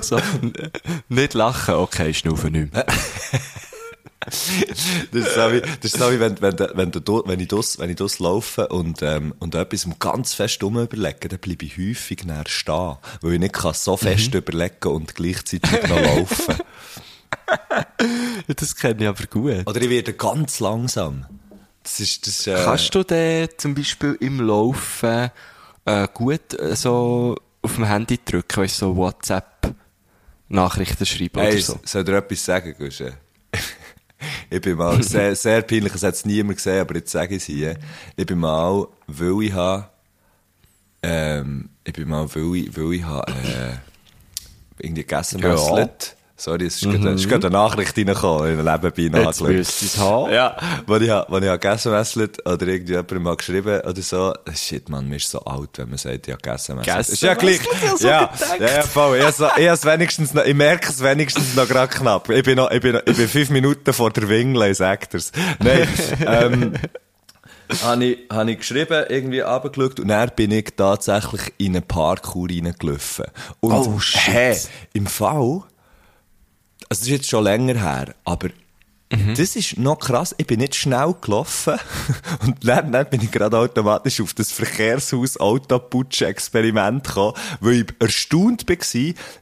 Speaker 5: so, n- nicht lachen, okay, schnaufen nicht mehr.
Speaker 1: Das ist so wie, das ist so wie wenn, wenn, wenn, du, wenn ich das, wenn ich das laufe und, ähm, und etwas ganz fest umüberlege, dann bleibe ich häufig näher stehen. Weil ich nicht kann so fest überlegen und gleichzeitig noch laufen.
Speaker 5: Das kenne ich aber gut.
Speaker 1: Oder ich werde ganz langsam. Das ist, das, ist, äh,
Speaker 5: Kannst du denn zum Beispiel im Laufen äh, gut äh, so auf dem Handy drücken, weißt du, so WhatsApp-Nachrichten schreiben
Speaker 1: Hey,
Speaker 5: oder so?
Speaker 1: soll dir etwas sagen, Guschen? ich bin mal sehr, sehr peinlich, es hat es niemand gesehen, aber jetzt sage ich es hier. Ich bin mal, weil ich habe, ähm, ich bin mal, weil ich, weil ich habe, äh, irgendwie gegessen
Speaker 5: Ja. Mhm.
Speaker 1: musselt. Sorry, es ist, gerade, es ist gerade eine Nachricht reingekommen, in einem Leben bin
Speaker 5: Jetzt müsst ihr es haben.
Speaker 1: ja, wenn ich, ha- wenn ich ha gegessen messelt oder irgendjemandem mal geschrieben oder so, shit, man, man ist so alt, wenn man sagt, ja, gegessen messelt.
Speaker 5: Gegessen
Speaker 1: Ist ja gleich.
Speaker 5: messelt, ich hab so
Speaker 1: Ja,
Speaker 5: gedacht.
Speaker 1: ja, ja, voll. Ich, ha so, ich, ha's wenigstens noch, ich merke es wenigstens noch gerade knapp. Ich bin, noch, ich, bin noch, ich bin fünf Minuten vor der Wingel, ich sag dir's. Nein, ähm, habe ich, hab ich geschrieben, irgendwie runtergeschaut und dann bin ich tatsächlich in einen Parkour reingelaufen. Und
Speaker 5: Oh, shit.
Speaker 1: Hey, im Fall, also das ist jetzt schon länger her, aber
Speaker 5: Mhm.
Speaker 1: Das ist noch krass. Ich bin nicht schnell gelaufen und dann, dann bin ich gerade automatisch auf das Verkehrshaus Autoputsch-Experiment gekommen, weil ich erstaunt war,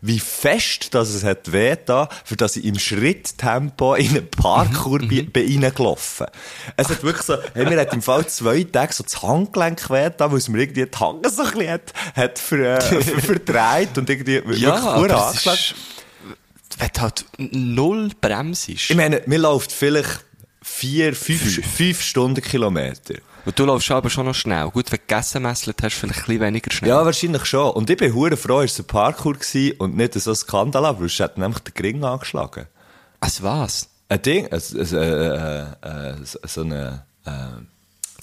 Speaker 1: wie fest dass es hat weh da, für dass ich im Schritttempo in einen Parkour
Speaker 5: Mhm.
Speaker 1: bin, bin reingelaufen. Es hat wirklich so, hey, mir hat im Fall zwei Tage so das Handgelenk weh da, weil es mir irgendwie die Hand so ein bisschen hat, hat ver, äh, ver, verdreht und irgendwie wirklich verdammt
Speaker 5: es
Speaker 1: angeschlagen.
Speaker 5: ist, wenn du halt null Bremse ist.
Speaker 1: Ich meine, mir läuft vielleicht vier, fünf, fünf. Stundenkilometer.
Speaker 5: Und du läufst aber schon noch schnell. Gut, wenn du gegessen messelt hast, vielleicht ein bisschen weniger schnell.
Speaker 1: Ja, wahrscheinlich schon. Und ich bin hure froh, es war ein Parkour gewesen und nicht so ein Skandal, weil es hat nämlich den Gring angeschlagen.
Speaker 5: Als was?
Speaker 1: Ein Ding, ein, ein, äh, äh, äh, so- so eine, äh,
Speaker 5: Ein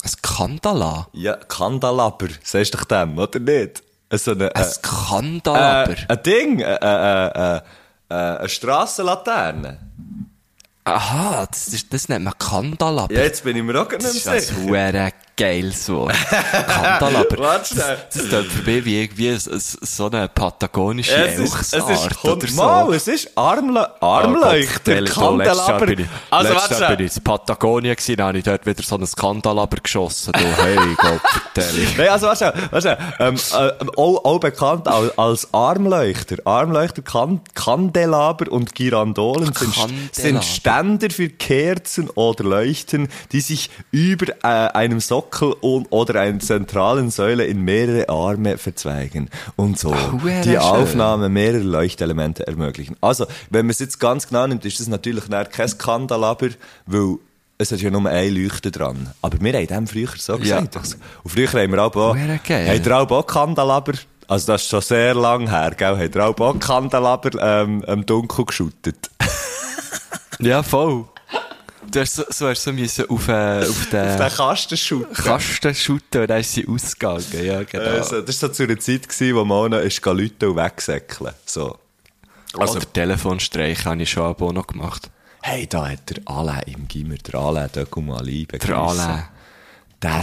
Speaker 5: Skandala?
Speaker 1: ja, Kandalaber, sagst du doch dem, oder nicht? So eine,
Speaker 5: Ein
Speaker 1: äh,
Speaker 5: Skandalaber?
Speaker 1: äh, ein Ding, äh, äh, äh, äh, eine Strassenlaterne.
Speaker 5: Aha, das, ist, das nennt man Kandalaber.
Speaker 1: Ja, jetzt bin ich mir auch gar
Speaker 5: Das ist
Speaker 1: nicht mehr
Speaker 5: ein
Speaker 1: sicher.
Speaker 5: hure geiles Wort. Kandalaber.
Speaker 1: Warte schnell.
Speaker 5: Das, das klingt für mich wie irgendwie so, so eine patagonische
Speaker 1: Es ist, es
Speaker 5: Elchsart
Speaker 1: ist,
Speaker 5: oder
Speaker 1: kommt
Speaker 5: so. Ah, Oh,
Speaker 1: mal, es ist Armle Armleuchter, Kandelaber. Also, warte,
Speaker 5: in Patagonien gewesen, da habe ich dort wieder so einen Skandalaber geschossen. Du, hey Gott, ehrlich.
Speaker 1: Nein, also, warte, warte, ähm, äh, ähm, auch, auch bekannt als, als Armleuchter. Armleuchter, kan Kandelaber und Girandolen sind,
Speaker 5: Kandelaber.
Speaker 1: sind Ständer für Kerzen oder Leuchten, die sich über äh, einem Sockel und, oder einer zentralen Säule in mehrere Arme verzweigen und so
Speaker 5: huere
Speaker 1: die
Speaker 5: schön.
Speaker 1: Aufnahme mehrerer Leuchtelemente ermöglichen. Also, wenn man es jetzt ganz genau nimmt, ist das natürlich nachher kein Skandalaber, weil es hat ja nur eine Leuchte dran. Aber wir haben dem früher so
Speaker 5: Ja.
Speaker 1: gesagt. Und früher haben wir auch auch,
Speaker 5: Hure geil.
Speaker 1: habt ihr auch auch Kandelaber, also das ist schon sehr lang her, gell, habt ihr auch auch Kandelaber ähm, im Dunkel geschüttet.
Speaker 5: Ja, voll. Du hast so, so, hast so müssen auf, äh, auf
Speaker 1: Auf
Speaker 5: den
Speaker 1: den Kasten schütten.
Speaker 5: Kasten shooten und dann ist sie ausgegangen. Ja, genau.
Speaker 1: Also, das war so zu einer Zeit, gewesen, wo man auch noch ist, gehen Leute und wegsäckeln. So. also-
Speaker 5: Oder Telefonstreich habe ich schon ab und noch gemacht.
Speaker 1: Hey, da hat der Alain im Gimmer, der Alain, da komm mal liebe
Speaker 5: Der Alain.
Speaker 1: Der
Speaker 5: Deli,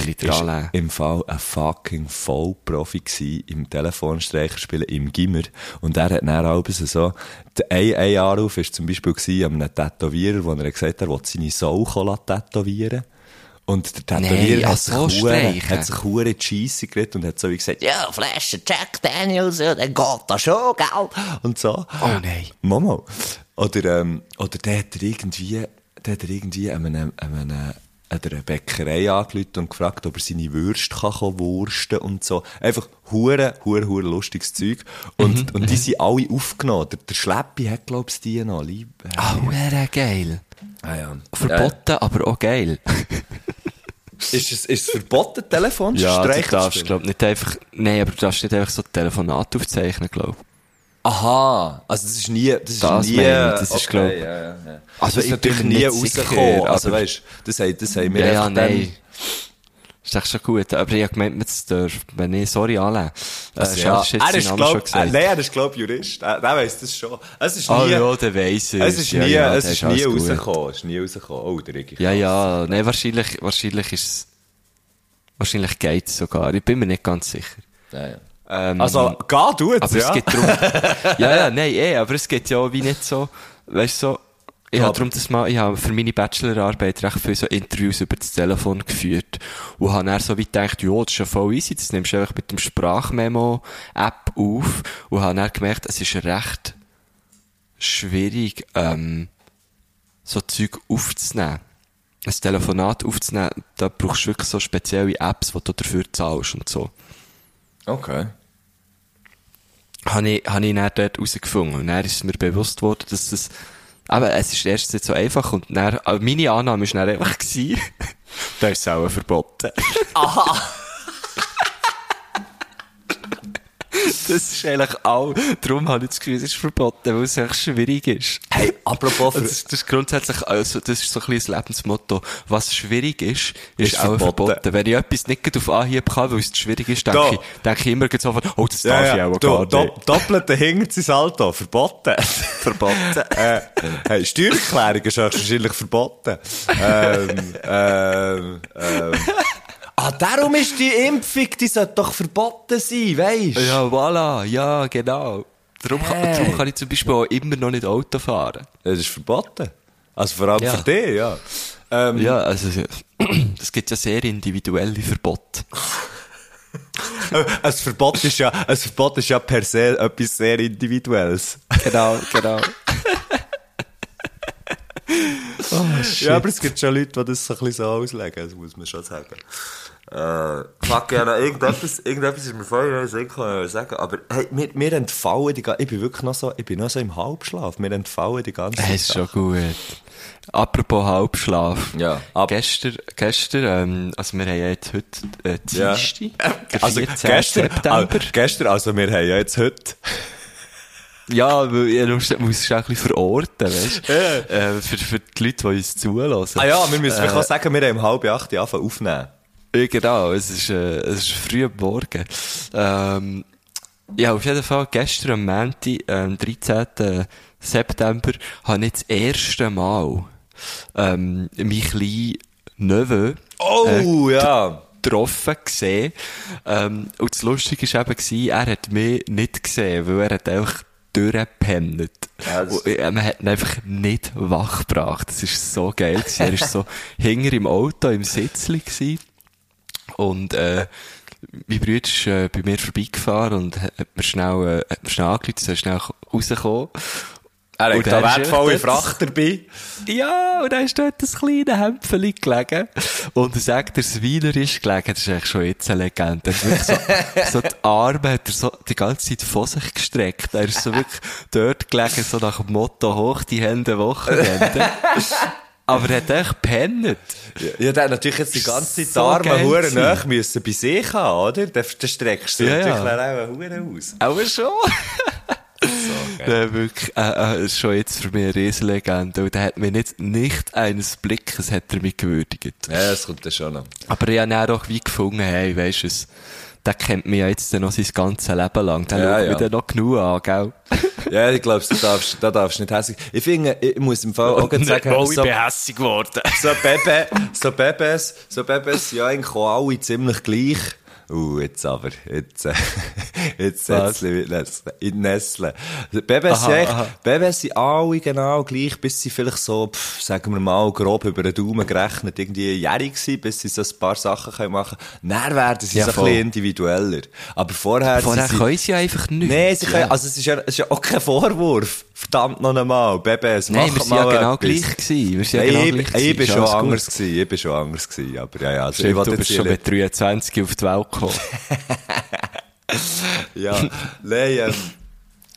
Speaker 1: Sieg
Speaker 5: der Alain.
Speaker 1: war im Fall ein fucking Vollprofi gsi im Telefonstreicherspielen im Gimmer. Und er hat dann auch so, der ein, ein Anruf war zum Beispiel gsi an einem Tätowierer, wo er gesagt hat, er will seine Soul kommen lassen tätowieren. Und der Tätowierer
Speaker 5: Nein,
Speaker 1: hat,
Speaker 5: ach so,
Speaker 1: sich hure-
Speaker 5: streichen.
Speaker 1: hat sich hure in die Scheisse geredet und hat so wie gesagt, ja, Flasche Jack Daniels, ja, dann geht das schon, gell? Und so.
Speaker 5: Oh nein.
Speaker 1: Momo. Oder, ähm, oder der hat er irgendwie, der hat er irgendwie an einem, an einem, an einer Bäckerei angelüht und gefragt, ob er seine Würste kann kommen, wursten und so. Einfach hure, hure, hure lustiges Zeug.
Speaker 5: Mhm,
Speaker 1: Und, und die sind alle aufgenommen. Der, der Schleppi hat, glaubst ich, die noch. Lieb, äh,
Speaker 5: Ah, hure geil.
Speaker 1: ah, ja.
Speaker 5: Verboten, aber auch geil.
Speaker 1: Äh, ist, es, ist es verboten, Telefon
Speaker 5: du
Speaker 1: Streich zu
Speaker 5: darfst,
Speaker 1: spielen?
Speaker 5: glaub nicht einfach, nein, aber du darfst nicht einfach so Telefonate aufzeichnen, glaub.
Speaker 1: Aha. Also das ist nie, das ist
Speaker 5: Das
Speaker 1: nie,
Speaker 5: meine ich, das ist, glaub-
Speaker 1: ja, ja, ja.
Speaker 5: Also
Speaker 1: das ist
Speaker 5: ich
Speaker 1: natürlich
Speaker 5: bin
Speaker 1: nie
Speaker 5: nicht sicher,
Speaker 1: rausgekommen. Also
Speaker 5: aber-
Speaker 1: weißt, das haben, das haben wir
Speaker 5: Ja, ja,
Speaker 1: einfach dann-
Speaker 5: nein. Ist echt schon gut, aber ich hab gemeint, man dürfen. Wenn nicht, sorry, alle.
Speaker 1: Also,
Speaker 5: Äh,
Speaker 1: Eh, ja,
Speaker 5: schade,
Speaker 1: er ist,
Speaker 5: seinen Namen
Speaker 1: glaub, äh, nein,
Speaker 5: gesagt.
Speaker 1: er ist, glaub, Jurist. Ah, Er, der weiss das schon. Es ist
Speaker 5: Ah,
Speaker 1: nie,
Speaker 5: ja, der weiss
Speaker 1: es ist
Speaker 5: Ja,
Speaker 1: nie,
Speaker 5: ja,
Speaker 1: es
Speaker 5: der
Speaker 1: ist nie
Speaker 5: alles gut.
Speaker 1: rausgekommen. Es ist nie rausgekommen. Oh, der Rigi.
Speaker 5: Ja, ja, nein, wahrscheinlich, wahrscheinlich ist wahrscheinlich geht's sogar. Ich bin mir nicht ganz sicher.
Speaker 1: Ja, ja.
Speaker 5: Ähm,
Speaker 1: Also, geh du jetzt,
Speaker 5: Aber
Speaker 1: ja.
Speaker 5: es geht drum. ja, ja, nein, eh, aber es geht ja auch wie nicht so, weißt du, so, ich
Speaker 1: Ja,
Speaker 5: habe
Speaker 1: aber-
Speaker 5: darum das mal, ich habe für meine Bachelorarbeit recht viele so Interviews über das Telefon geführt und habe dann so wie gedacht, ja, das ist ja voll easy, das nimmst du einfach mit dem Sprachmemo-App auf und habe dann gemerkt, es ist recht schwierig, ähm, so Zeug aufzunehmen. Ein Telefonat aufzunehmen, da brauchst du wirklich so spezielle Apps, die du dafür zahlst und so
Speaker 1: Okay.
Speaker 5: habe ich, habe ich dann dort herausgefunden. Und dann ist mir bewusst geworden, dass das, aber es ist erst nicht so einfach und dann, aber meine Annahme war dann einfach gewesen, da ist es auch verboten. Aha! das ist eigentlich auch, darum habe ich das Gefühl, es ist verboten, weil es echt schwierig ist.
Speaker 1: Hey, apropos,
Speaker 5: Das ist, das ist grundsätzlich, also, das ist so ein kleines Lebensmotto. Was schwierig ist, ist,
Speaker 1: Ist
Speaker 5: auch verboten.
Speaker 1: verboten.
Speaker 5: Wenn ich etwas nicht gerade auf Anhieb kann, weil es zu schwierig ist, denke
Speaker 1: Da.
Speaker 5: ich, denke ich immer gerade so von, oh, das darf
Speaker 1: ja, ja.
Speaker 5: ich auch
Speaker 1: Du,
Speaker 5: gar nicht.
Speaker 1: do, doppelter hinter sein Salto. Verboten.
Speaker 5: verboten.
Speaker 1: äh, hey, Steuererklärung ist wahrscheinlich verboten. Ähm, ähm, ähm. Ah, darum ist die Impfung, die sollte doch verboten sein, weisst du?
Speaker 5: Ja, voilà, ja, genau. Darum, kann,
Speaker 1: Hey.
Speaker 5: darum kann ich zum Beispiel auch immer noch nicht Auto fahren.
Speaker 1: Das ist verboten. Also vor allem
Speaker 5: Ja.
Speaker 1: für dich, ja. Ähm,
Speaker 5: Ja, also, es gibt ja sehr individuelle Verbote.
Speaker 1: äh, Ein, Verbot ist ja, ein Verbot ist ja per se etwas sehr Individuelles.
Speaker 5: Genau, genau.
Speaker 1: Ja, aber es gibt schon Leute, die das so ein bisschen so auslegen, das muss man schon sagen. Äh, fuck, ja, nein, irgendetwas, irgendetwas ist mir vorher nicht in den Sinn gekommen, was ich sagen aber hey, mir, mir entfallen die ganze... Ich bin wirklich noch so, ich bin noch so im Halbschlaf, mir entfallen die ganze
Speaker 5: Das ist schon gut. Apropos Halbschlaf.
Speaker 1: Ja, ab-
Speaker 5: Gestern, gestern, ähm, also wir haben ja jetzt heute, äh,
Speaker 1: Ja.
Speaker 5: Dienstag, der
Speaker 1: Also
Speaker 5: 14.
Speaker 1: gestern,
Speaker 5: September.
Speaker 1: ah, gestern, also wir haben ja jetzt heute...
Speaker 5: Ja, weil ihr musst, musst es auch ein bisschen verorten, weißt du? Äh, für, für die Leute, die uns zulassen.
Speaker 1: Ah ja, wir müssen
Speaker 5: Äh.
Speaker 1: vielleicht auch sagen, wir haben um halb acht angefangen aufnehmen.
Speaker 5: Ja, genau, es ist, äh, es ist früh am Morgen. Ähm, ja, auf jeden Fall, gestern am Montag, ähm, 13. September, habe ich das erste Mal ähm, meinen kleinen Neveu
Speaker 1: Oh, ja.
Speaker 5: getroffen gesehen. Ähm, und das Lustige war eben, gewesen, er hat mich nicht gesehen, weil er hat einfach durchgepennt.
Speaker 1: Ja, das-
Speaker 5: Und, äh, man hat ihn einfach nicht wach gebracht. Das war so geil. Gewesen. Er war so hinger im Auto, im Sitzli. Gewesen. Und, äh, mein Bruder ist äh, bei mir vorbeigefahren und hat mir schnell, äh, hat mir schnell angerufen, er ist schnell rausgekommen.
Speaker 1: Er hat
Speaker 5: Und
Speaker 1: da
Speaker 5: der ist
Speaker 1: wertvolle
Speaker 5: echt-
Speaker 1: Fracht dabei.
Speaker 5: Ja, und dann ist dort das kleine Hämpfchen gelegen. Und er sagt, der Sweiler ist gelegen. Das ist eigentlich schon jetzt eine Legende. Er hat wirklich so, so die Arme hat er so die ganze Zeit vor sich gestreckt. Er ist so wirklich dort gelegen, so nach dem Motto, hoch die Hände, Wochenende. Aber er hat echt gepennt.
Speaker 1: Ja, der hat natürlich jetzt die ganze Zeit
Speaker 5: So
Speaker 1: die Arme
Speaker 5: geil
Speaker 1: Huren
Speaker 5: gewesen.
Speaker 1: nach müssen bei sich haben, oder? Dann dann streckst du
Speaker 5: Ja, ja.
Speaker 1: natürlich dann auch Huren aus.
Speaker 5: Aber schon. Nein, wirklich, äh, äh, ist schon jetzt für mich eine Riesenlegende. Und er hat mir nicht, nicht eines Blickes hat er mich gewürdigt.
Speaker 1: Ja, das kommt dann schon an.
Speaker 5: Aber ich habe dann auch wie gefunden, hey, weisst du es, der kennt mich ja jetzt dann noch sein ganzes Leben lang. Der
Speaker 1: Ja,
Speaker 5: schaut
Speaker 1: ja.
Speaker 5: mich dann noch genug an, gell?
Speaker 1: Ja, ich glaube, da darfst, da darfst du nicht hässlich. Ich finde, ich muss im Fall auch gerade sagen, so,
Speaker 5: hässig geworden.
Speaker 1: so, Bebe, so Bebes, so Bebes, ja, eigentlich auch alle ziemlich gleich. Uh, jetzt aber, jetzt, äh, jetzt
Speaker 5: Was?
Speaker 1: setzt mit Nestle, in Nestle. Bebes,
Speaker 5: Aha,
Speaker 1: sind echt-
Speaker 5: aha.
Speaker 1: Bebes sind alle genau gleich, bis sie vielleicht so, pff, sagen wir mal, grob über den Daumen gerechnet, irgendwie jährig waren, bis sie so ein paar Sachen können machen können. Dann werden sie
Speaker 5: Ja,
Speaker 1: so ein
Speaker 5: voll.
Speaker 1: bisschen individueller. Aber vorher,
Speaker 5: Vorher
Speaker 1: sind sie-
Speaker 5: können sie ja einfach nicht.
Speaker 1: Nein, sie können, also es ist, ja, es ist ja auch kein Vorwurf. Verdammt noch einmal, Bebes, mach
Speaker 5: Nein, wir sind ja
Speaker 1: mal
Speaker 5: genau
Speaker 1: etwas.
Speaker 5: gleich gewesen. Wir sind ja
Speaker 1: Nein,
Speaker 5: genau
Speaker 1: ich,
Speaker 5: gleich
Speaker 1: ich,
Speaker 5: gewesen.
Speaker 1: bin
Speaker 5: Ist
Speaker 1: schon
Speaker 5: alles gut.
Speaker 1: anders gewesen, ich bin schon anders gewesen, aber ja, ja, also ich
Speaker 5: Stimmt,
Speaker 1: wollte
Speaker 5: du
Speaker 1: jetzt
Speaker 5: bist schon
Speaker 1: hier-
Speaker 5: mit 23 auf die Welt gekommen.
Speaker 1: Ja, nein, ähm,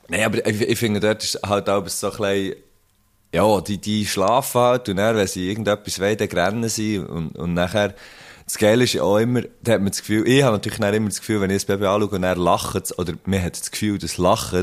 Speaker 1: nein, aber ich, ich finde, dort ist halt auch so ein bisschen, ja, die, die schlafen halt und dann, wenn sie irgendetwas wollen, dann rennen sie und, und nachher, das Geile ist ja auch immer, da hat man das Gefühl, ich habe natürlich dann immer das Gefühl, wenn ich das Baby anschaue und er lacht, oder man hat das Gefühl, das lacht,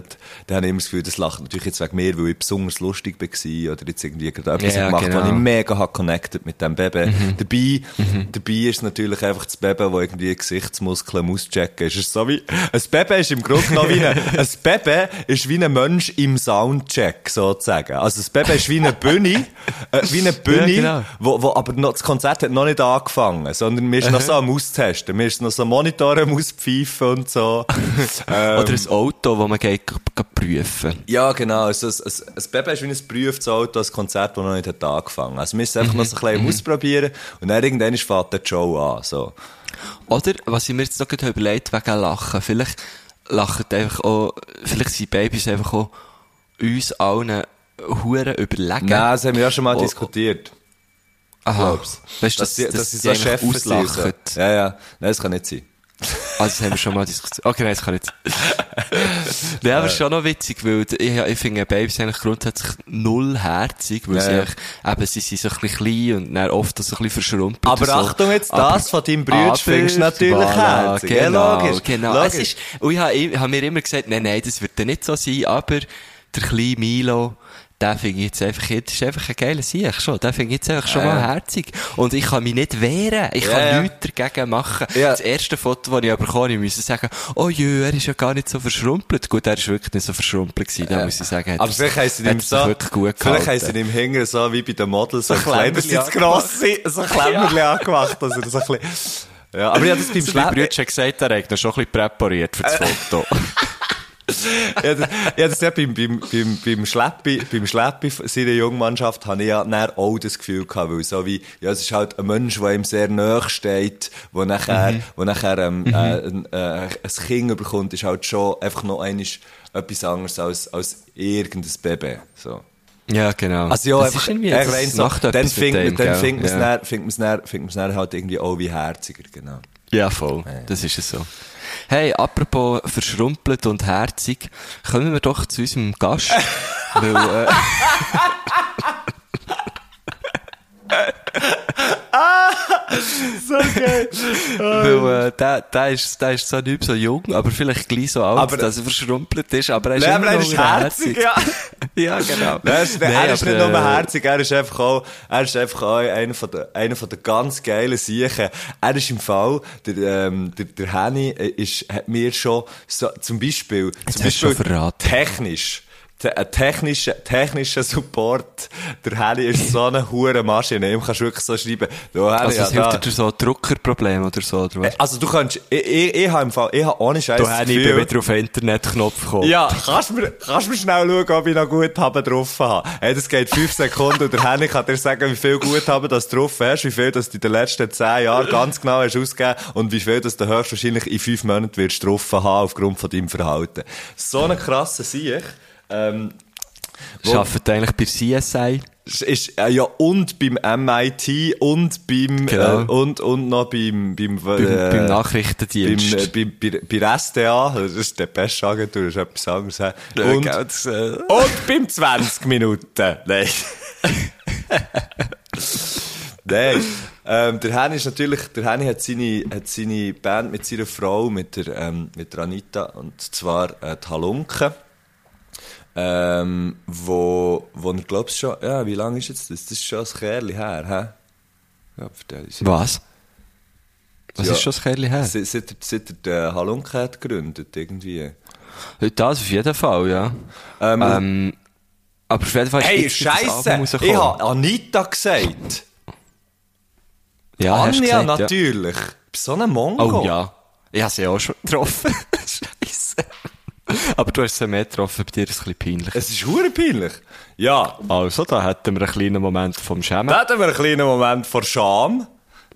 Speaker 1: dann habe ich immer das Gefühl, das lacht natürlich jetzt wegen mir, weil ich besonders lustig war oder jetzt irgendwie gerade etwas
Speaker 5: Ja,
Speaker 1: gemacht habe,
Speaker 5: genau.
Speaker 1: was ich mega hat connected mit dem Baby.
Speaker 5: Mhm.
Speaker 1: Dabei, dabei ist natürlich einfach das Baby, das irgendwie Gesichtsmuskeln muss checken. Es ist so wie, ein Baby ist im Grunde genommen wie ein, ein Baby ist wie ein Mensch im Soundcheck, sozusagen. Also, ein Baby ist wie eine Bühne, äh, wie eine Bühne,
Speaker 5: Ja, genau.
Speaker 1: wo, wo, aber noch, das Konzert hat noch nicht angefangen, sondern mir ist noch so am Austesten, mir ist noch so Monitor am Auspfeifen und so. ähm,
Speaker 5: Oder ein Auto, das man geht, g- g- prüfen
Speaker 1: ja, genau. Also, ein, ein, ein Baby ist wie ein berühmtes Auto, ein Konzert, das noch nicht hat angefangen hat. Also, wir müssen einfach noch so
Speaker 5: Mhm.
Speaker 1: ein bisschen ausprobieren und dann irgendwann fährt der Show an. So.
Speaker 5: Oder, was ich mir jetzt noch gerade überlegt wegen Lachen, vielleicht lachen einfach auch, vielleicht sind Babys einfach auch uns allen Huren überlegen.
Speaker 1: Nein, das haben wir ja schon mal
Speaker 5: Oh,
Speaker 1: diskutiert.
Speaker 5: Aha.
Speaker 1: Glaub's.
Speaker 5: Weißt du,
Speaker 1: Dass
Speaker 5: dass,
Speaker 1: sie-
Speaker 5: dass,
Speaker 1: dass sie
Speaker 5: die
Speaker 1: so
Speaker 5: einfach
Speaker 1: Chefs sind.
Speaker 5: auslachen.
Speaker 1: so. Ja, ja. Nein, das kann nicht sein.
Speaker 5: Also, Ah, das haben wir schon mal diskutiert. Okay, nein, das kann jetzt. Nein, aber es ist schon noch witzig, weil ich, ich finde Babys sind eigentlich grundsätzlich nullherzig, weil sie
Speaker 1: Ja, ja.
Speaker 5: eigentlich, eben, sie sind so ein bisschen klein und dann oft auch so ein bisschen verschrumpelt.
Speaker 1: Aber
Speaker 5: und so.
Speaker 1: Achtung jetzt,
Speaker 5: Aber- Ah,
Speaker 1: das von deinem Bruder findest du natürlich herzig, ja,
Speaker 5: Genau,
Speaker 1: logisch,
Speaker 5: genau.
Speaker 1: logisch.
Speaker 5: Es ist, und ich habe ich habe mir immer gesagt, nein, nein, das wird dann nicht so sein, aber der kleine Milo, der finde ich jetzt einfach, das ist einfach ein geiler Sieg schon. Der finde ich jetzt einfach schon
Speaker 1: Ja, ja.
Speaker 5: mal herzig. Und ich kann mich nicht wehren. Ich
Speaker 1: Ja,
Speaker 5: kann
Speaker 1: ja.
Speaker 5: nichts dagegen machen.
Speaker 1: Ja.
Speaker 5: Das erste Foto, das ich aber bekommen habe, musste ich sagen, oh jö, er ist ja gar nicht so verschrumpelt. Gut, er ist wirklich nicht so verschrumpelt gewesen, da muss ich sagen.
Speaker 1: Ja.
Speaker 5: er
Speaker 1: Aber vielleicht heisst sie
Speaker 5: hat
Speaker 1: ihm
Speaker 5: sich
Speaker 1: so,
Speaker 5: wirklich gut
Speaker 1: vielleicht
Speaker 5: gehalten.
Speaker 1: heisst sie ihm hinten so wie bei den Models, so ein
Speaker 5: Klemmerli
Speaker 1: Kleiderchen zu gross sind, so ein Klemmerli angemacht, dass er so ein bisschen, ja, aber ich habe das beim
Speaker 5: Mein
Speaker 1: Schlepp- Äh.
Speaker 5: Bruder hat gesagt, er hat ihn schon ein bisschen präpariert für das Foto.
Speaker 1: ja, das, ja, das ja beim, beim, beim, beim Schleppi, beim Schleppi seiner Jungmannschaft hatte ich ja dann auch das Gefühl gehabt, weil so wie, ja, es ist halt ein Mensch, der ihm sehr nahe steht, der nachher, wo nachher ähm, äh, ein- äh, ein Kind bekommt, ist halt schon einfach noch einmal etwas anderes als, als irgendein Baby. So.
Speaker 5: Ja, genau.
Speaker 1: Also ja,
Speaker 5: Das
Speaker 1: einfach,
Speaker 5: ist irgendwie,
Speaker 1: einfach
Speaker 5: das
Speaker 1: rein so,
Speaker 5: macht
Speaker 1: dann
Speaker 5: etwas mit
Speaker 1: findet man
Speaker 5: einem,
Speaker 1: dann
Speaker 5: gell?
Speaker 1: findet man es
Speaker 5: Ja.
Speaker 1: dann- findet man es dann- findet man es dann halt irgendwie auch wie herziger, genau.
Speaker 5: Ja, voll.
Speaker 1: ja.
Speaker 5: Das ist es so. Hey, apropos verschrumpelt und herzig, kommen wir doch zu unserem Gast. weil, äh, weil äh, der, der, ist, der ist zwar nicht so jung, aber vielleicht gleich so alt,
Speaker 1: Aber-
Speaker 5: dass er verschrumpelt ist, aber er ist
Speaker 1: Ja,
Speaker 5: immer
Speaker 1: aber
Speaker 5: noch herzig.
Speaker 1: ja.
Speaker 5: ja, genau.
Speaker 1: Nein, er ist,
Speaker 5: Nein,
Speaker 1: er ist
Speaker 5: aber,
Speaker 1: nicht nur
Speaker 5: äh,
Speaker 1: herzig, er ist einfach auch, er ist einfach auch einer von der, einer von der ganz geilen Siechen. Er ist im Fall, der, ähm, der, der Henny äh, ist, hat mir schon, so, zum Beispiel, zum
Speaker 5: hast du
Speaker 1: Beispiel
Speaker 5: schon verraten.
Speaker 1: technisch, te, ein technischer, technischer Support, der Henny ist so eine hure Maschine, ihm kannst du wirklich so schreiben, du Henny,
Speaker 5: Also, es
Speaker 1: ja,
Speaker 5: hilft
Speaker 1: da-
Speaker 5: dir durch so Druckerproblem oder so, oder was?
Speaker 1: also du kannst, ich, ich, ich habe im Fall, ich habe ohne Scheiß
Speaker 5: Du hast ich bin wieder auf den Internetknopf gekommen.
Speaker 1: Ja, kannst mir, kannst mir schnell schauen, ob ich noch Guthaben drauf habe. Hey, das geht fünf Sekunden und der Henning kann dir sagen, wie viel Guthaben das drauf hast, wie viel das du in den letzten zehn Jahren ganz genau hast ausgegeben und wie viel das du höchstwahrscheinlich in fünf Monaten wirst drauf haben aufgrund von deinem Verhalten. So eine krasse Sieg. Ähm, wo-
Speaker 5: Arbeitet eigentlich bei CSI.
Speaker 1: es ist, äh, ja, und beim MIT und beim,
Speaker 5: Genau.
Speaker 1: äh, und, und noch beim, beim,
Speaker 5: Beim,
Speaker 1: äh,
Speaker 5: beim
Speaker 1: beim,
Speaker 5: Nachrichtendienst.
Speaker 1: äh, bei, bei, bei der SDA, das ist der beste Agentur, das ist etwas anderes. hä?
Speaker 5: Ja,
Speaker 1: Und,
Speaker 5: gell, das, äh,
Speaker 1: Und beim 20 Minuten. Nein. Nein. Ähm, der Henny ist natürlich, der Henny hat seine, hat seine Band mit seiner Frau, mit der, ähm, mit der Anita, und zwar äh, die Halunken. Ähm, wo, wo er glaubst schon, ja, wie lange ist jetzt das? Das ist schon ein Kerli her, hä? Ja, vertell ich
Speaker 5: was? Was
Speaker 1: Ja.
Speaker 5: ist schon das Kerli her?
Speaker 1: Seit, seit, er- seit er den Halunken hat gegründet, irgendwie.
Speaker 5: Das auf jeden Fall, ja.
Speaker 1: Ähm,
Speaker 5: Ähm, aber auf jeden Fall
Speaker 1: hey,
Speaker 5: jetzt das
Speaker 1: Scheiße!
Speaker 5: Album rausgekommen.
Speaker 1: Ich habe Anita gesagt.
Speaker 5: ja, hast du
Speaker 1: Anja,
Speaker 5: gesagt, ja.
Speaker 1: natürlich. So ein Mongo.
Speaker 5: Oh ja. Ich habe sie auch schon getroffen. Scheiße. Aber du hast sie mehr getroffen, bei dir ist es ein bisschen peinlich.
Speaker 1: Es ist hure peinlich. Ja,
Speaker 5: Also, da hätten wir einen kleinen Moment vom Schämen.
Speaker 1: da hatten wir einen kleinen Moment vor Scham.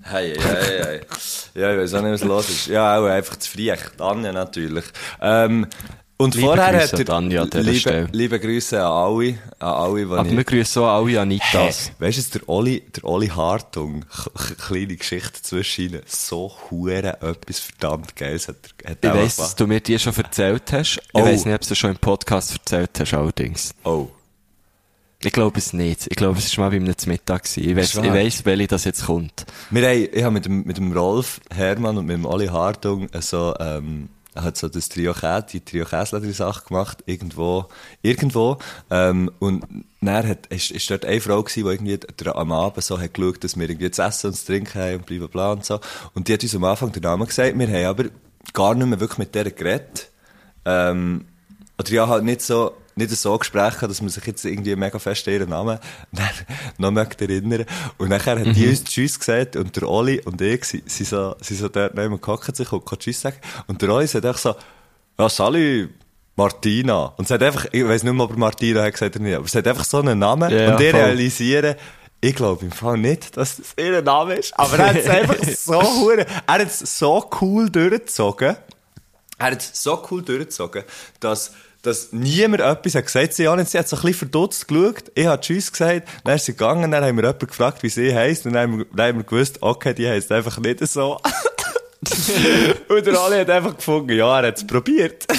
Speaker 1: Hey, hey, hey, hey. Ja, ich weiß auch nicht, was los ist. Ja, oh, auch einfach zu frech. Die Anja natürlich. Ähm, und
Speaker 5: Liebe
Speaker 1: vorher
Speaker 5: Grüße
Speaker 1: hat er...
Speaker 5: an die Anja an dieser
Speaker 1: liebe,
Speaker 5: Stelle.
Speaker 1: liebe Grüße an alle, an alle, die
Speaker 5: aber wir grüßen auch alle Anitas.
Speaker 1: Weißt du, was, der Oli, der Oli Hartung, k- k- kleine Geschichte zwischen ihnen, so hure etwas verdammt Geiles hat er, hat
Speaker 5: Ich
Speaker 1: er
Speaker 5: weiss,
Speaker 1: gemacht.
Speaker 5: dass du mir die schon erzählt hast.
Speaker 1: Oh.
Speaker 5: Ich weiss nicht, ob du sie schon im Podcast erzählt hast, allerdings.
Speaker 1: Oh.
Speaker 5: Ich glaube es nicht. Ich glaube, es war mal bei einem Mittag. Ich weiss,
Speaker 1: Ist
Speaker 5: ich
Speaker 1: wahr?
Speaker 5: weiss, welche das jetzt kommt.
Speaker 1: Wir haben, ich habe mit dem, mit dem Rolf Hermann und mit dem Oli Hartung so, ähm, hat so das Trio Käse, die Trio Käse-Sache gemacht, irgendwo, irgendwo, ähm, und dann hat, ist, ist dort eine Frau gewesen, die irgendwie dr- am Abend so hat geschaut, dass wir irgendwie zu essen und zu trinken haben und blablabla bla und so. Und die hat uns am Anfang den Namen gesagt, wir haben aber gar nicht mehr wirklich mit der geredet. Ähm, oder ja, halt nicht so, nicht so Gespräche, dass man sich jetzt irgendwie mega fest an ihren Namen noch möchte erinnern. Und nachher hat
Speaker 5: Mhm.
Speaker 1: die uns Tschüss gesagt und der Oli und ich sind sind so, sind so dort neben gehockt sich und kann Tschüss sagen. Und der Oli sagt einfach so, ja, Sali, Martina. Und sie hat einfach, ich weiß nicht mehr, ob er Martina hat gesagt oder nicht, aber sie hat einfach so einen Namen
Speaker 5: Ja, ja,
Speaker 1: und ich
Speaker 5: voll.
Speaker 1: realisiere, ich glaube im Fall nicht, dass das ihr Name ist, aber er hat es einfach so, hure- er hat es so cool durchgezogen. Er hat es so cool durchgezogen, dass, dass niemand etwas hat gesagt. Sie, Janin, sie hat so ein bisschen verdutzt geschaut. Ich habe Tschüss gesagt. Dann ist sie gegangen. Dann haben wir jemanden gefragt, wie sie heisst. Und dann haben wir, dann haben wir gewusst, okay, die heisst einfach nicht so. und der Ali hat einfach gefunden, ja, er hat es probiert.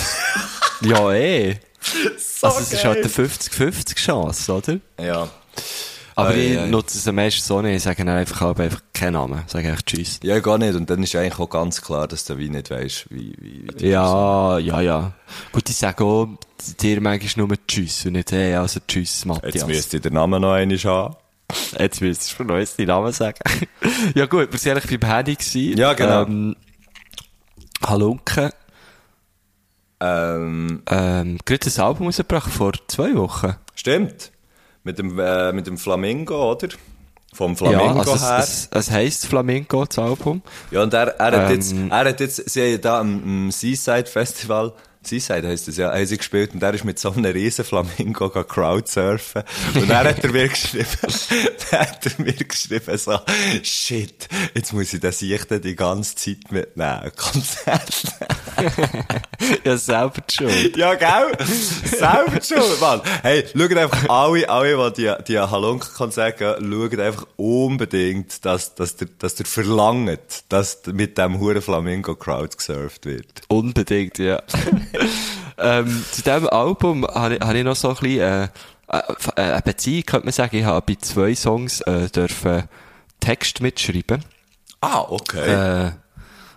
Speaker 5: Ja, eh.
Speaker 1: so
Speaker 5: Also, es ist halt
Speaker 1: geil.
Speaker 5: eine 50-50 Chance, oder?
Speaker 1: Ja.
Speaker 5: Aber
Speaker 1: Ei,
Speaker 5: ich
Speaker 1: ei.
Speaker 5: nutze es am meisten so nicht. Ich sage dann einfach, aber einfach keinen Namen. Ich sage einfach Tschüss.
Speaker 1: Ja, gar nicht. Und dann ist eigentlich auch ganz klar, dass du wie nicht weißt, wie, wie, wie die
Speaker 5: Ja, ja, ja. Gut, ich sage auch dir manchmal nur Tschüss und nicht, hey, also Tschüss, Matthias.
Speaker 1: Jetzt müsste ich den Namen noch einmal haben.
Speaker 5: Jetzt müsstest du von uns deinen Namen sagen. ja gut, wir waren eigentlich beim Handy. gewesen.
Speaker 1: Ja, genau.
Speaker 5: Ähm, Halunke.
Speaker 1: Ähm,
Speaker 5: Ähm, gerade ein Album rausgebracht vor zwei Wochen.
Speaker 1: stimmt. Mit dem, äh, mit dem Flamingo, oder? Vom Flamingo
Speaker 5: ja, also es,
Speaker 1: her.
Speaker 5: es, es heisst Flamingo, das Album.
Speaker 1: Ja, und er, er, hat
Speaker 5: Ähm.
Speaker 1: jetzt, er hat jetzt, sie haben ja da am, am Seaside Festival, Seaside heisst das ja, haben sie gespielt und der ist mit so einem riesen Flamingo gegangen Crowdsurfen. Und dann hat er mir geschrieben, dann hat er mir geschrieben so, shit, jetzt muss ich den Sichten die ganze Zeit mitnehmen, ein Konzert.
Speaker 5: Ja, selber schon.
Speaker 1: Ja, gell? Selber schon, Mann. Hey, schaut einfach alle, alle, die die, die Halunk-Konzerte gehen, schaut einfach unbedingt, dass, dass, der, dass der verlangt, dass mit dem Huren Flamingo Crowd gesurft wird.
Speaker 5: Unbedingt, ja. ähm, zu diesem Album habe ich, habe ich noch so ein bisschen, äh, äh, äh, eine Beziehung, könnte man sagen. Ich habe bei zwei Songs, äh, dürfen Text mitschreiben.
Speaker 1: Ah, okay.
Speaker 5: Äh,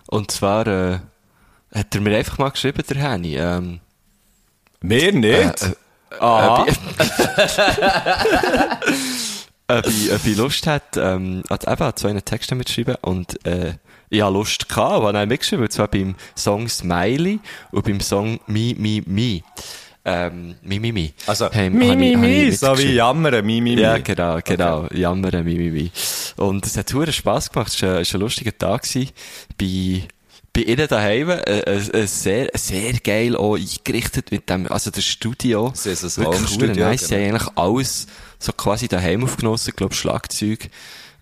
Speaker 5: und zwar, äh, hat er mir einfach mal geschrieben, der Henny, ähm, Äh,
Speaker 1: Mehr nicht?
Speaker 5: Aha. Ob ich, ob ich äh, Lust hätte, ähm, an, eben an zwei Texten mitschreiben und äh, ich hatte Lust, gehabt, aber dann mitgeschrieben, und zwar beim Song Smiley und beim Song Mi, Mi, Mi. Ähm, mi, Mi, Mi.
Speaker 1: also,
Speaker 5: Hey,
Speaker 1: mi,
Speaker 5: hab ich-
Speaker 1: mi,
Speaker 5: hab ich
Speaker 1: mi, so wie
Speaker 5: mitgeschrieben.
Speaker 1: jammern, mi, mi, mi.
Speaker 5: Ja, genau, genau. Jammern, mi, mi, mi. Und es hat sehr Spass gemacht. Es war ein, es war ein lustiger Tag gewesen. bei, bei Ihnen daheim. Äh, äh, äh, sehr, sehr geil auch eingerichtet mit dem, also das Studio.
Speaker 1: Sie haben so ein
Speaker 5: Wirklich
Speaker 1: Home-Studio,
Speaker 5: verdammt Nice. Sie
Speaker 1: genau.
Speaker 5: haben eigentlich alles so quasi daheim aufgenommen. Ich glaube, Schlagzeug.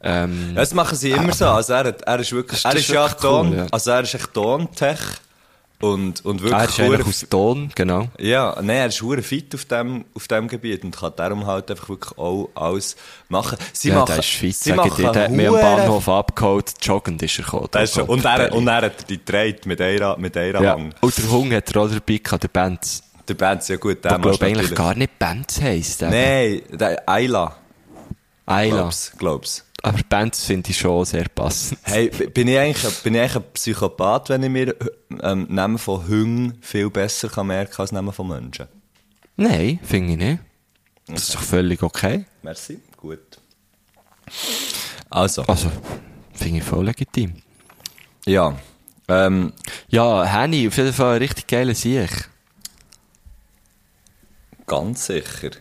Speaker 5: Ähm,
Speaker 1: Das machen sie immer so. Also er, hat- er ist wirklich,
Speaker 5: Das
Speaker 1: er
Speaker 5: ist
Speaker 1: ist ja
Speaker 5: wirklich cool,
Speaker 1: Ton,
Speaker 5: ja.
Speaker 1: also er ist echt Tontech und, und
Speaker 5: ah, er
Speaker 1: wirklich
Speaker 5: ist
Speaker 1: hure-
Speaker 5: eigentlich aus Ton, genau.
Speaker 1: Ja, nein, er ist hure fit auf dem, auf dem Gebiet und kann darum halt einfach wirklich auch alles machen. Sie
Speaker 5: Ja,
Speaker 1: machen,
Speaker 5: der ist fit.
Speaker 1: sie
Speaker 5: Sag ich
Speaker 1: machen
Speaker 5: dir, der hat mich am
Speaker 1: hure-
Speaker 5: Bahnhof abgeholt. Joggend ist er gekommen.
Speaker 1: Das ist schon, und, er, und er hat die gedreht mit einer, mit einer
Speaker 5: ja.
Speaker 1: Hand.
Speaker 5: Und der Hunger hat er auch dabei gehabt, der Benz.
Speaker 1: Der Band ist ja gut,
Speaker 5: Der
Speaker 1: der
Speaker 5: glaube eigentlich
Speaker 1: natürlich-
Speaker 5: gar nicht Benz heisst. eben.
Speaker 1: Nein, der Ayla,
Speaker 5: Ayla.
Speaker 1: glaub's, glaub's.
Speaker 5: Aber Bands finde ich schon sehr passend.
Speaker 1: Hey, b- bin ich eigentlich, ein- bin ich eigentlich ein Psychopath, wenn ich mir ähm, Namen von Hüngen viel besser kann merken als Namen von Menschen?
Speaker 5: Nein, finde ich nicht. Das ist doch völlig okay.
Speaker 1: Merci, gut. Also,
Speaker 5: Also, finde ich voll legitim.
Speaker 1: ja. Ähm,
Speaker 5: Ja, Henny, auf jeden Fall ein richtig geiler Sieg.
Speaker 1: ganz sicher.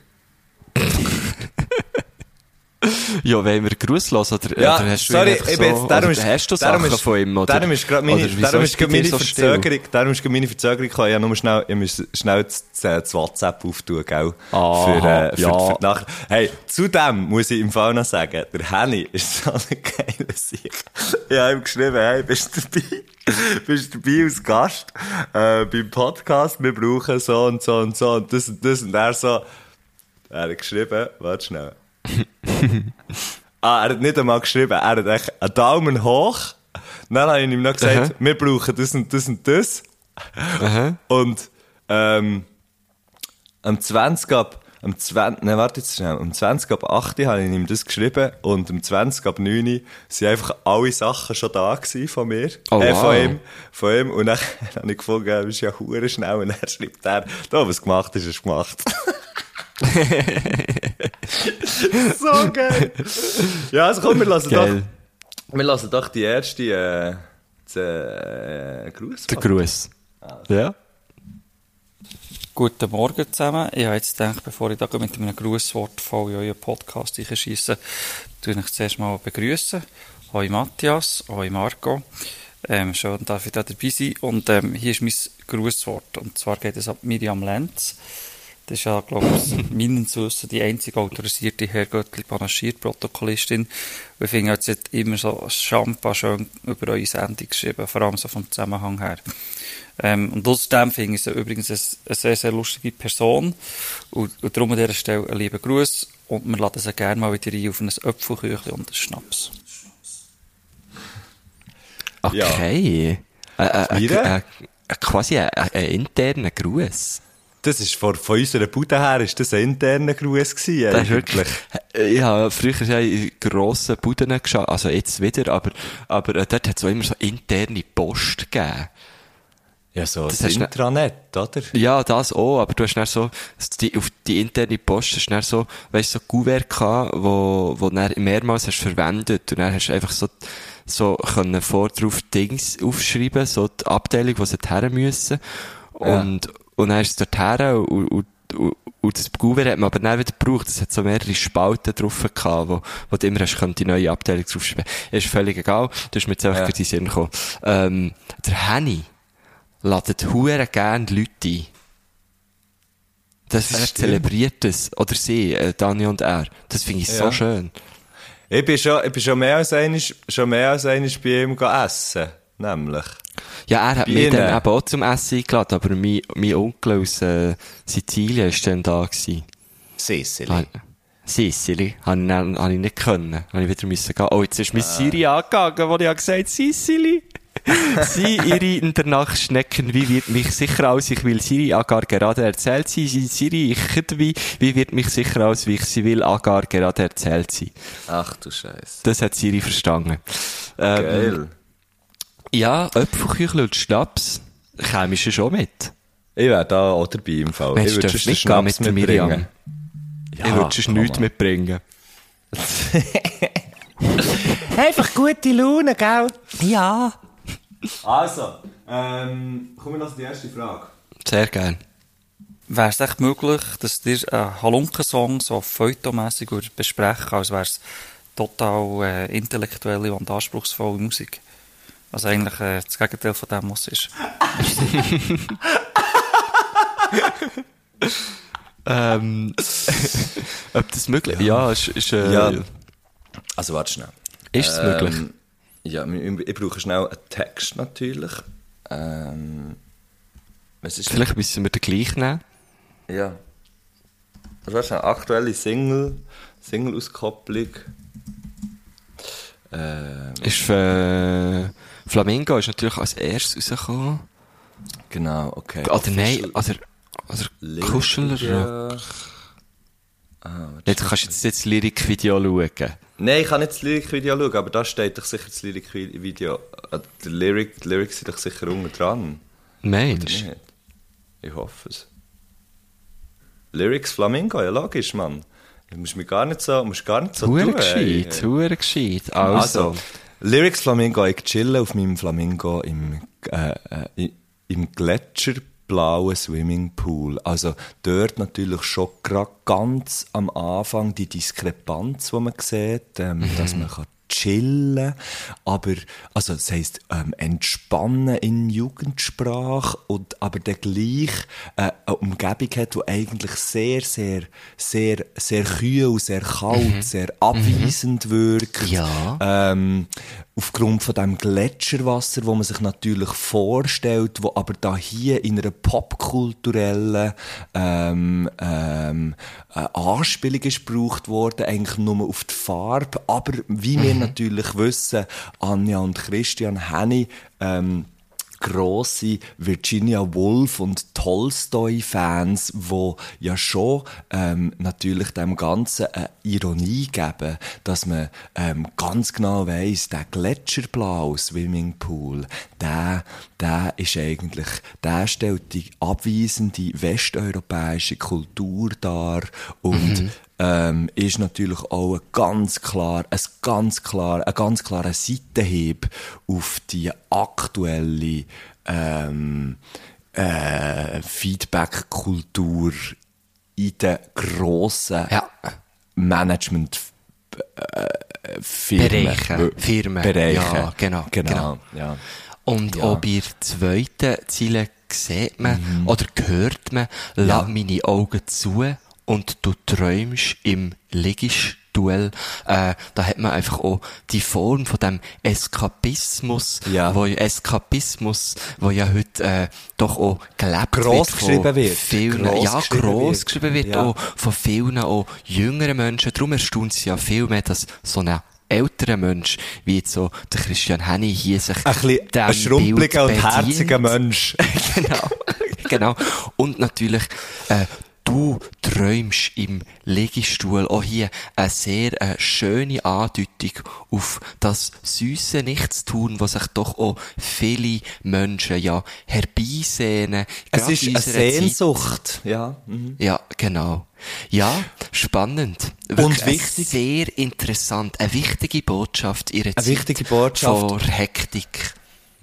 Speaker 5: Ja, wenn wir Gruß los oder,
Speaker 1: Ja,
Speaker 5: oder hast du ihn
Speaker 1: sorry,
Speaker 5: einfach
Speaker 1: ich
Speaker 5: so,
Speaker 1: bin jetzt, darum
Speaker 5: oder
Speaker 1: ist,
Speaker 5: hast du
Speaker 1: darum
Speaker 5: Sachen
Speaker 1: ist,
Speaker 5: von ihm, oder?
Speaker 1: Darum ist gerade meine,
Speaker 5: oder wieso
Speaker 1: darum
Speaker 5: ist
Speaker 1: ist
Speaker 5: bei
Speaker 1: gerade
Speaker 5: dir
Speaker 1: meine
Speaker 5: so still?
Speaker 1: Verzögerung, darum ist gerade meine Verzögerung gekommen. Ich habe nur schnell, ich muss schnell das, äh, das WhatsApp auftun, gell?
Speaker 5: Aha,
Speaker 1: für, äh, für,
Speaker 5: Ah, ja.
Speaker 1: für die Nachricht. Hey, zudem muss ich im Fall noch sagen, der Henny ist so ein geiler Sieg. Ich habe ihm geschrieben, hey, bist du dabei? bist du dabei als Gast, äh, beim Podcast? Wir brauchen so und so und so und das und das und er so, er hat geschrieben, warte schnell. Ah, er hat nicht einmal geschrieben. Er hat echt einen Daumen hoch. Dann habe ich ihm noch gesagt,
Speaker 5: Aha.
Speaker 1: wir brauchen das und das und das. Und ähm, am 20 ab, am 20, nein, warte jetzt schnell, am 20 ab 8 habe ich ihm das geschrieben und am 20 ab 9 sind einfach alle Sachen schon da gewesen von mir.
Speaker 5: Oh,
Speaker 1: äh, von
Speaker 5: wow.
Speaker 1: ihm. Von ihm. Und dann habe ich gefunden, er ist ja hure schnell und er schreibt er, da, was gemacht ist, ist gemacht. so geil. Ja, also komm, wir lassen
Speaker 5: Geil.
Speaker 1: doch, wir lassen doch die erste, äh, die, äh, Gruß.
Speaker 5: Der Gruß. Ja?
Speaker 2: Guten Morgen zusammen. Ich habe jetzt gedacht, bevor ich da mit einem Grußwort voll in euren Podcast einschieße, tue ich zuerst mal begrüßen. Hoi Matthias, hoi Marco. Ähm, schön, darf ich da dabei sein. Und ähm, hier ist mein Grußwort. Und zwar geht es an Miriam Lenz. Das ist ja, glaube ich, meinen zu wissen, die einzige autorisierte herrgöttliche Panaschier-Protokollistin. Wir finden jetzt hat immer so Champa schön über eure Sendung geschrieben, vor allem so vom Zusammenhang her. Ähm, und außerdem finde ich sie übrigens eine, eine sehr, sehr lustige Person. Und, und darum an dieser Stelle einen lieben Gruß. Und wir laden sie gerne mal wieder ein auf ein Apfelküchli und einen Schnaps.
Speaker 5: Okay. Äh, äh,
Speaker 1: Mir?
Speaker 5: äh, äh, quasi ein- ein ein interner Gruß.
Speaker 1: Das ist von, von unserer Bude her, ist das ein interner Gruß gewesen.
Speaker 5: Das ist
Speaker 1: eigentlich.
Speaker 5: wirklich, Äh, ich habe früher ja in grossen Buden geschaut, also jetzt wieder, aber, aber äh, dort hat es auch immer so interne Post gegeben.
Speaker 1: Ja, so das,
Speaker 5: hast du-
Speaker 1: Intranet, oder?
Speaker 5: Ja, das auch, aber du hast dann so, die, auf die interne Post hast du dann so, weißt so Kuvert gehabt, wo, wo du dann mehrmals hast verwendet und dann hast du einfach so, so können vor drauf Dings aufschreiben, so die Abteilung, die sie dorthin müssen. Und, und dann ist es dorthin und, und, und, und das Kuvert hat man aber dann wieder gebraucht. Es hat so mehrere Spalten drauf gehabt, wo, wo du immer hast, können die neue Abteilung draufschreiben. Ist völlig egal, du hast mir jetzt einfach ja.
Speaker 1: Ja.
Speaker 5: in den Sinn gekommen. Ähm, der Henny ladet hure gern Leute ein. Das
Speaker 1: Das
Speaker 5: er
Speaker 1: stimmt.
Speaker 5: zelebriert das. Oder sie, äh, Dani und er. Das finde ich so
Speaker 1: Ja.
Speaker 5: schön.
Speaker 1: Ich bin schon, ich bin schon mehr als einmal, schon mehr als einmal bei ihm gegangen essen. Nämlich.
Speaker 5: Ja, er hat mich
Speaker 1: Bienen.
Speaker 5: dann eben auch zum Essen eingeladen, aber mein, mein Onkel aus äh, Sizilien war dann da. Gewesen.
Speaker 1: Sicily.
Speaker 5: Sicily. Sicily. Habe ich, dann- habe ich nicht können. Habe ich wieder müssen gehen. Oh, jetzt ist mein
Speaker 1: Ah.
Speaker 5: Siri angegangen, wo ich habe gesagt Sicily. sie ihre in der Nacht schnecken, wie wird mich sicher aus, ich will Siri Agar gerade erzählt sie, sie Siri ich wie, wie wird mich sicher aus, wie ich sie will Agar gerade erzählt sie.
Speaker 1: Ach du Scheiße.
Speaker 5: Das hat Siri verstanden. Ähm,
Speaker 1: Geil.
Speaker 5: Ja, Öpfelküchel und Schnaps käme ich schon mit.
Speaker 1: Ich wäre da auch dabei im Fall.
Speaker 5: Mensch,
Speaker 1: ich würde
Speaker 5: dürfen
Speaker 1: sonst den
Speaker 5: mitgehen
Speaker 1: Schnaps
Speaker 5: mit der
Speaker 1: mitbringen.
Speaker 5: Miriam.
Speaker 1: Ja,
Speaker 5: ich würde sonst
Speaker 1: komm
Speaker 5: nichts
Speaker 1: mal.
Speaker 5: mitbringen.
Speaker 4: Einfach gute Laune, gell? Ja.
Speaker 1: Also, ähm, kommen wir noch zur ersten Frage.
Speaker 5: Sehr gern.
Speaker 2: Wäre es echt möglich, dass dir einen Halunken-Song so feuilletonmässig würdet besprechen als wäre es total äh, intellektuelle und anspruchsvolle Musik? Also eigentlich äh, das Gegenteil von dem, was es ist.
Speaker 5: Ähm, ob das möglich Ja, ist, ist, äh,
Speaker 1: Ja. Also, warte schnell.
Speaker 5: ist es möglich.
Speaker 1: Ähm, ja, ich ich brauche schnell einen Text natürlich. Ähm, was ist
Speaker 5: Vielleicht müssen wir den gleich nehmen.
Speaker 1: Ja. Also, weißt du, eine aktuelle Single, Single-Auskopplung. Ähm,
Speaker 5: Ist, äh, Flamingo ist natürlich als erstes rausgekommen.
Speaker 1: genau, okay.
Speaker 5: Oder nein, also, also
Speaker 1: Lyric-
Speaker 5: Kuschelrock.
Speaker 1: Ja.
Speaker 5: Nicht, du kannst jetzt, jetzt das Lyrik-Video schauen.
Speaker 1: Nein, ich kann nicht das Lyric-Video schauen, aber da steht doch sicher das Lyric-Video. Äh, Die, Lyric, die Lyrics sind doch sicher unten dran.
Speaker 5: Mensch.
Speaker 1: Nicht? Ich hoffe es. Lyrics Flamingo, ja logisch, Mann. Du musst mich gar nicht so, musst gar nicht so äh,
Speaker 5: Hure
Speaker 1: tun, ey.
Speaker 5: gescheit, hure gescheit. Also,
Speaker 1: Lyrics Flamingo, ich chille auf meinem Flamingo im, äh, äh, i- im gletscherblauen Swimmingpool. Also dort natürlich schon grad ganz am Anfang die Diskrepanz, die man sieht, ähm, dass man kann chillen, aber also das heißt ähm, entspannen in Jugendsprache und aber der gleich äh, eine Umgebung hat, die eigentlich sehr sehr sehr sehr kühl, sehr kalt, sehr abweisend wirkt.
Speaker 5: Ja.
Speaker 1: Ähm, aufgrund von dem Gletscherwasser, wo man sich natürlich vorstellt, wo aber da hier in einer popkulturellen ähm, ähm, äh, Anspielung ist gebraucht worden, eigentlich nur auf die Farbe, aber wie wir natürlich wissen, Anja und Christian Henny ähm, grosse Virginia Woolf und Tolstoi-Fans, wo ja schon ähm, natürlich dem Ganzen eine Ironie geben, dass man ähm, ganz genau weiss, der gletscherblaue Swimmingpool, der, der ist eigentlich, der stellt die abweisende westeuropäische Kultur dar und
Speaker 5: Mhm.
Speaker 1: ähm, ist natürlich auch ein ganz klar, ein ganz klar, ein ganz klarer Seitenhieb auf die aktuelle ähm, äh, Feedback-Kultur in den grossen
Speaker 5: Ja.
Speaker 1: Management äh, Firmen.
Speaker 5: Bereichen.
Speaker 1: Äh,
Speaker 5: Firmen.
Speaker 1: Bereichen.
Speaker 5: Ja, genau,
Speaker 1: genau. Ja.
Speaker 5: Und
Speaker 1: Ja.
Speaker 5: auch bei der zweiten Ziele sieht man
Speaker 1: Mhm.
Speaker 5: oder hört man, lass meine Augen zu und du träumst im Legisch-Duell. Äh, da hat man einfach auch die Form von dem Eskapismus,
Speaker 1: Ja.
Speaker 5: wo ja Eskapismus, wo ja heute äh, doch auch gelebt
Speaker 1: Gross
Speaker 5: wird. von
Speaker 1: geschrieben wird.
Speaker 5: Vielen,
Speaker 1: Gross
Speaker 5: ja,
Speaker 1: geschrieben
Speaker 5: gross
Speaker 1: wird.
Speaker 5: geschrieben wird.
Speaker 1: Ja.
Speaker 5: Auch von vielen auch jüngeren Menschen. Darum erstaunt es ja viel mehr, dass so ein älterer Mensch, wie jetzt so der Christian Henny hier sich
Speaker 1: Ein, bisschen
Speaker 5: dem
Speaker 1: ein schrumpeliger und
Speaker 5: Bild
Speaker 1: herziger
Speaker 5: bedient.
Speaker 1: Mensch.
Speaker 5: genau. genau. Und natürlich, äh, du träumst im Liegestuhl. Auch hier eine sehr äh, schöne Andeutung auf das süße Nichtstun, was sich doch auch viele Menschen ja herbeisehnen.
Speaker 1: Es
Speaker 5: Gerade
Speaker 1: ist
Speaker 5: in
Speaker 1: eine
Speaker 5: unserer Zeit.
Speaker 1: Sehnsucht. Ja. Mhm.
Speaker 5: Ja, genau. Ja, spannend.
Speaker 1: Und wichtig.
Speaker 5: Sehr interessant. Eine wichtige Botschaft ihrer
Speaker 1: Eine wichtige Botschaft.
Speaker 5: Vor Hektik.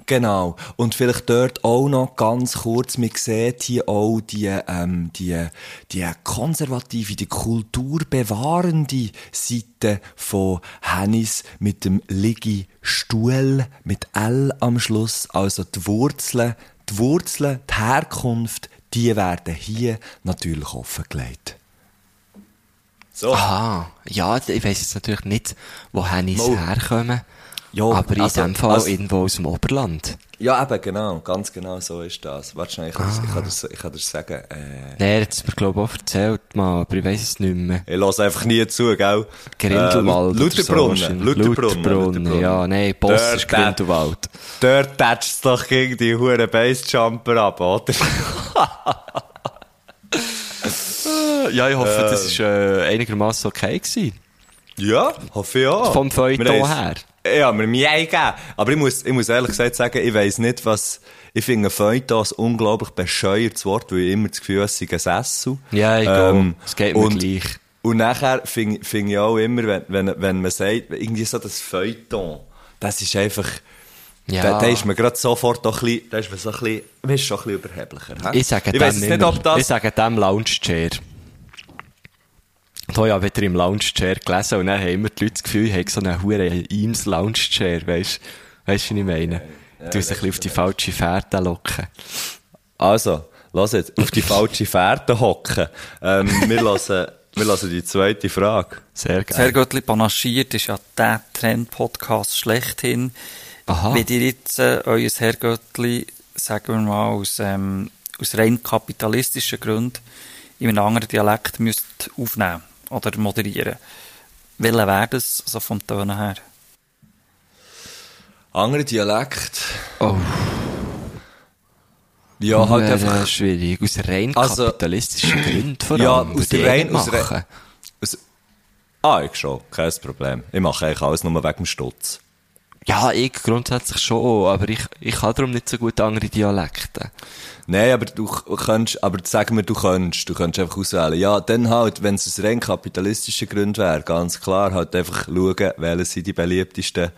Speaker 1: Genau. Und vielleicht dort auch noch ganz kurz, man sieht hier auch die, ähm, die, die konservative, die kulturbewahrende Seite von Hennis mit dem Ligi Stuhl, mit L am Schluss, also die Wurzeln die Wurzeln, die Herkunft, die werden hier natürlich offengelegt.
Speaker 5: Oh.
Speaker 1: Ah, So.
Speaker 5: Aha, ja, ich weiss jetzt natürlich nicht, wo Hennis
Speaker 1: Mal.
Speaker 5: herkommen.
Speaker 1: Ja,
Speaker 5: aber in
Speaker 1: also-
Speaker 5: dem Fall
Speaker 1: also-
Speaker 5: irgendwo aus dem Oberland.
Speaker 1: Ja, eben, genau. Ganz genau so ist das. Warte schnell, ich kann,
Speaker 5: Ah.
Speaker 1: das, ich kann, das, ich kann das sagen. Äh,
Speaker 5: Der hat es mir, glaube ich, auch erzählt, mal, aber ich weiss es nicht mehr.
Speaker 1: ich lasse einfach nie zu, gell?
Speaker 5: Grindelwald.
Speaker 1: Äh,
Speaker 5: oder so
Speaker 1: Lutherbrunnen.
Speaker 5: wahrscheinlich.
Speaker 1: Lutherbrunnen.
Speaker 5: Lutherbrunnen, ja, nein, Boss
Speaker 1: Dort,
Speaker 5: ist Grindelwald.
Speaker 1: Dort tätscht es doch gegen die huren Basejumper ab, oder?
Speaker 5: Ja, ich hoffe, das ist äh, einigermaßen okay gewesen.
Speaker 1: Ja, hoffe ich auch.
Speaker 5: Vom Feuilleton
Speaker 1: Wir haben- Ja, mir mir eingeben. Aber ich muss, ich muss ehrlich gesagt sagen, ich weiss nicht, was, ich finde Feuilleton ein unglaublich bescheuertes Wort, weil ich immer das Gefühl habe, es sei ein Sessel.
Speaker 5: Ja, ich
Speaker 1: Ähm,
Speaker 5: ähm, Es geht mir
Speaker 1: und-
Speaker 5: gleich.
Speaker 1: Und nachher finde find ich auch immer, wenn, wenn, wenn man sagt, irgendwie so das Feuilleton, das ist einfach,
Speaker 5: Ja.
Speaker 1: da, da ist man gerade sofort doch ein bisschen, da ist man so ein bisschen, man ist schon ein bisschen überheblicher. hä?
Speaker 5: Ich sage
Speaker 1: ich
Speaker 5: dem
Speaker 1: weiss jetzt nicht,
Speaker 5: immer-
Speaker 1: ob das,
Speaker 5: Ich sage dem Lounge Chair. Da habe ich wieder im Lounge Chair gelesen und dann haben immer die Leute das Gefühl, ich habe so einen huren Eames Lounge Chair, weißt du, weißt, du, was ich meine? du musst ein bisschen auf die falsche Fährte locken.
Speaker 1: Also, lass jetzt, auf die falsche Fährte hocken. Ähm, wir, lassen, wir lassen die zweite Frage.
Speaker 5: Sehr geil.
Speaker 2: Sehr gut panaschiert ist ja der Trend-Podcast schlechthin.
Speaker 5: Aha.
Speaker 2: Wenn ihr jetzt äh, euer Herrgöttli, sagen wir mal, aus, ähm, aus rein kapitalistischen Gründen in einem anderen Dialekt müsst aufnehmen oder moderieren, welcher wäre das so vom Ton her?
Speaker 1: Andere Dialekt.
Speaker 5: Oh.
Speaker 1: Ja, halt
Speaker 5: Wäre, äh,
Speaker 1: einfach.
Speaker 5: schwierig. Aus rein
Speaker 1: Also-
Speaker 5: kapitalistischen Gründen vor allem.
Speaker 1: Ja,
Speaker 5: würde
Speaker 1: aus
Speaker 5: ich
Speaker 1: rein,
Speaker 5: nicht
Speaker 1: aus
Speaker 5: machen.
Speaker 1: rein. Aus, ah, ich schon. Kein Problem. Ich mache eigentlich alles nur wegen dem Stutz.
Speaker 5: Ja, ich grundsätzlich schon, aber ich, ich kann darum nicht so gut andere Dialekte.
Speaker 1: Nein, aber du k- kannst, aber sag mir, du kannst, du kannst einfach auswählen. Ja, dann halt, wenn es aus rein kapitalistischen Gründen wäre, ganz klar, halt einfach schauen, welche sind die beliebtesten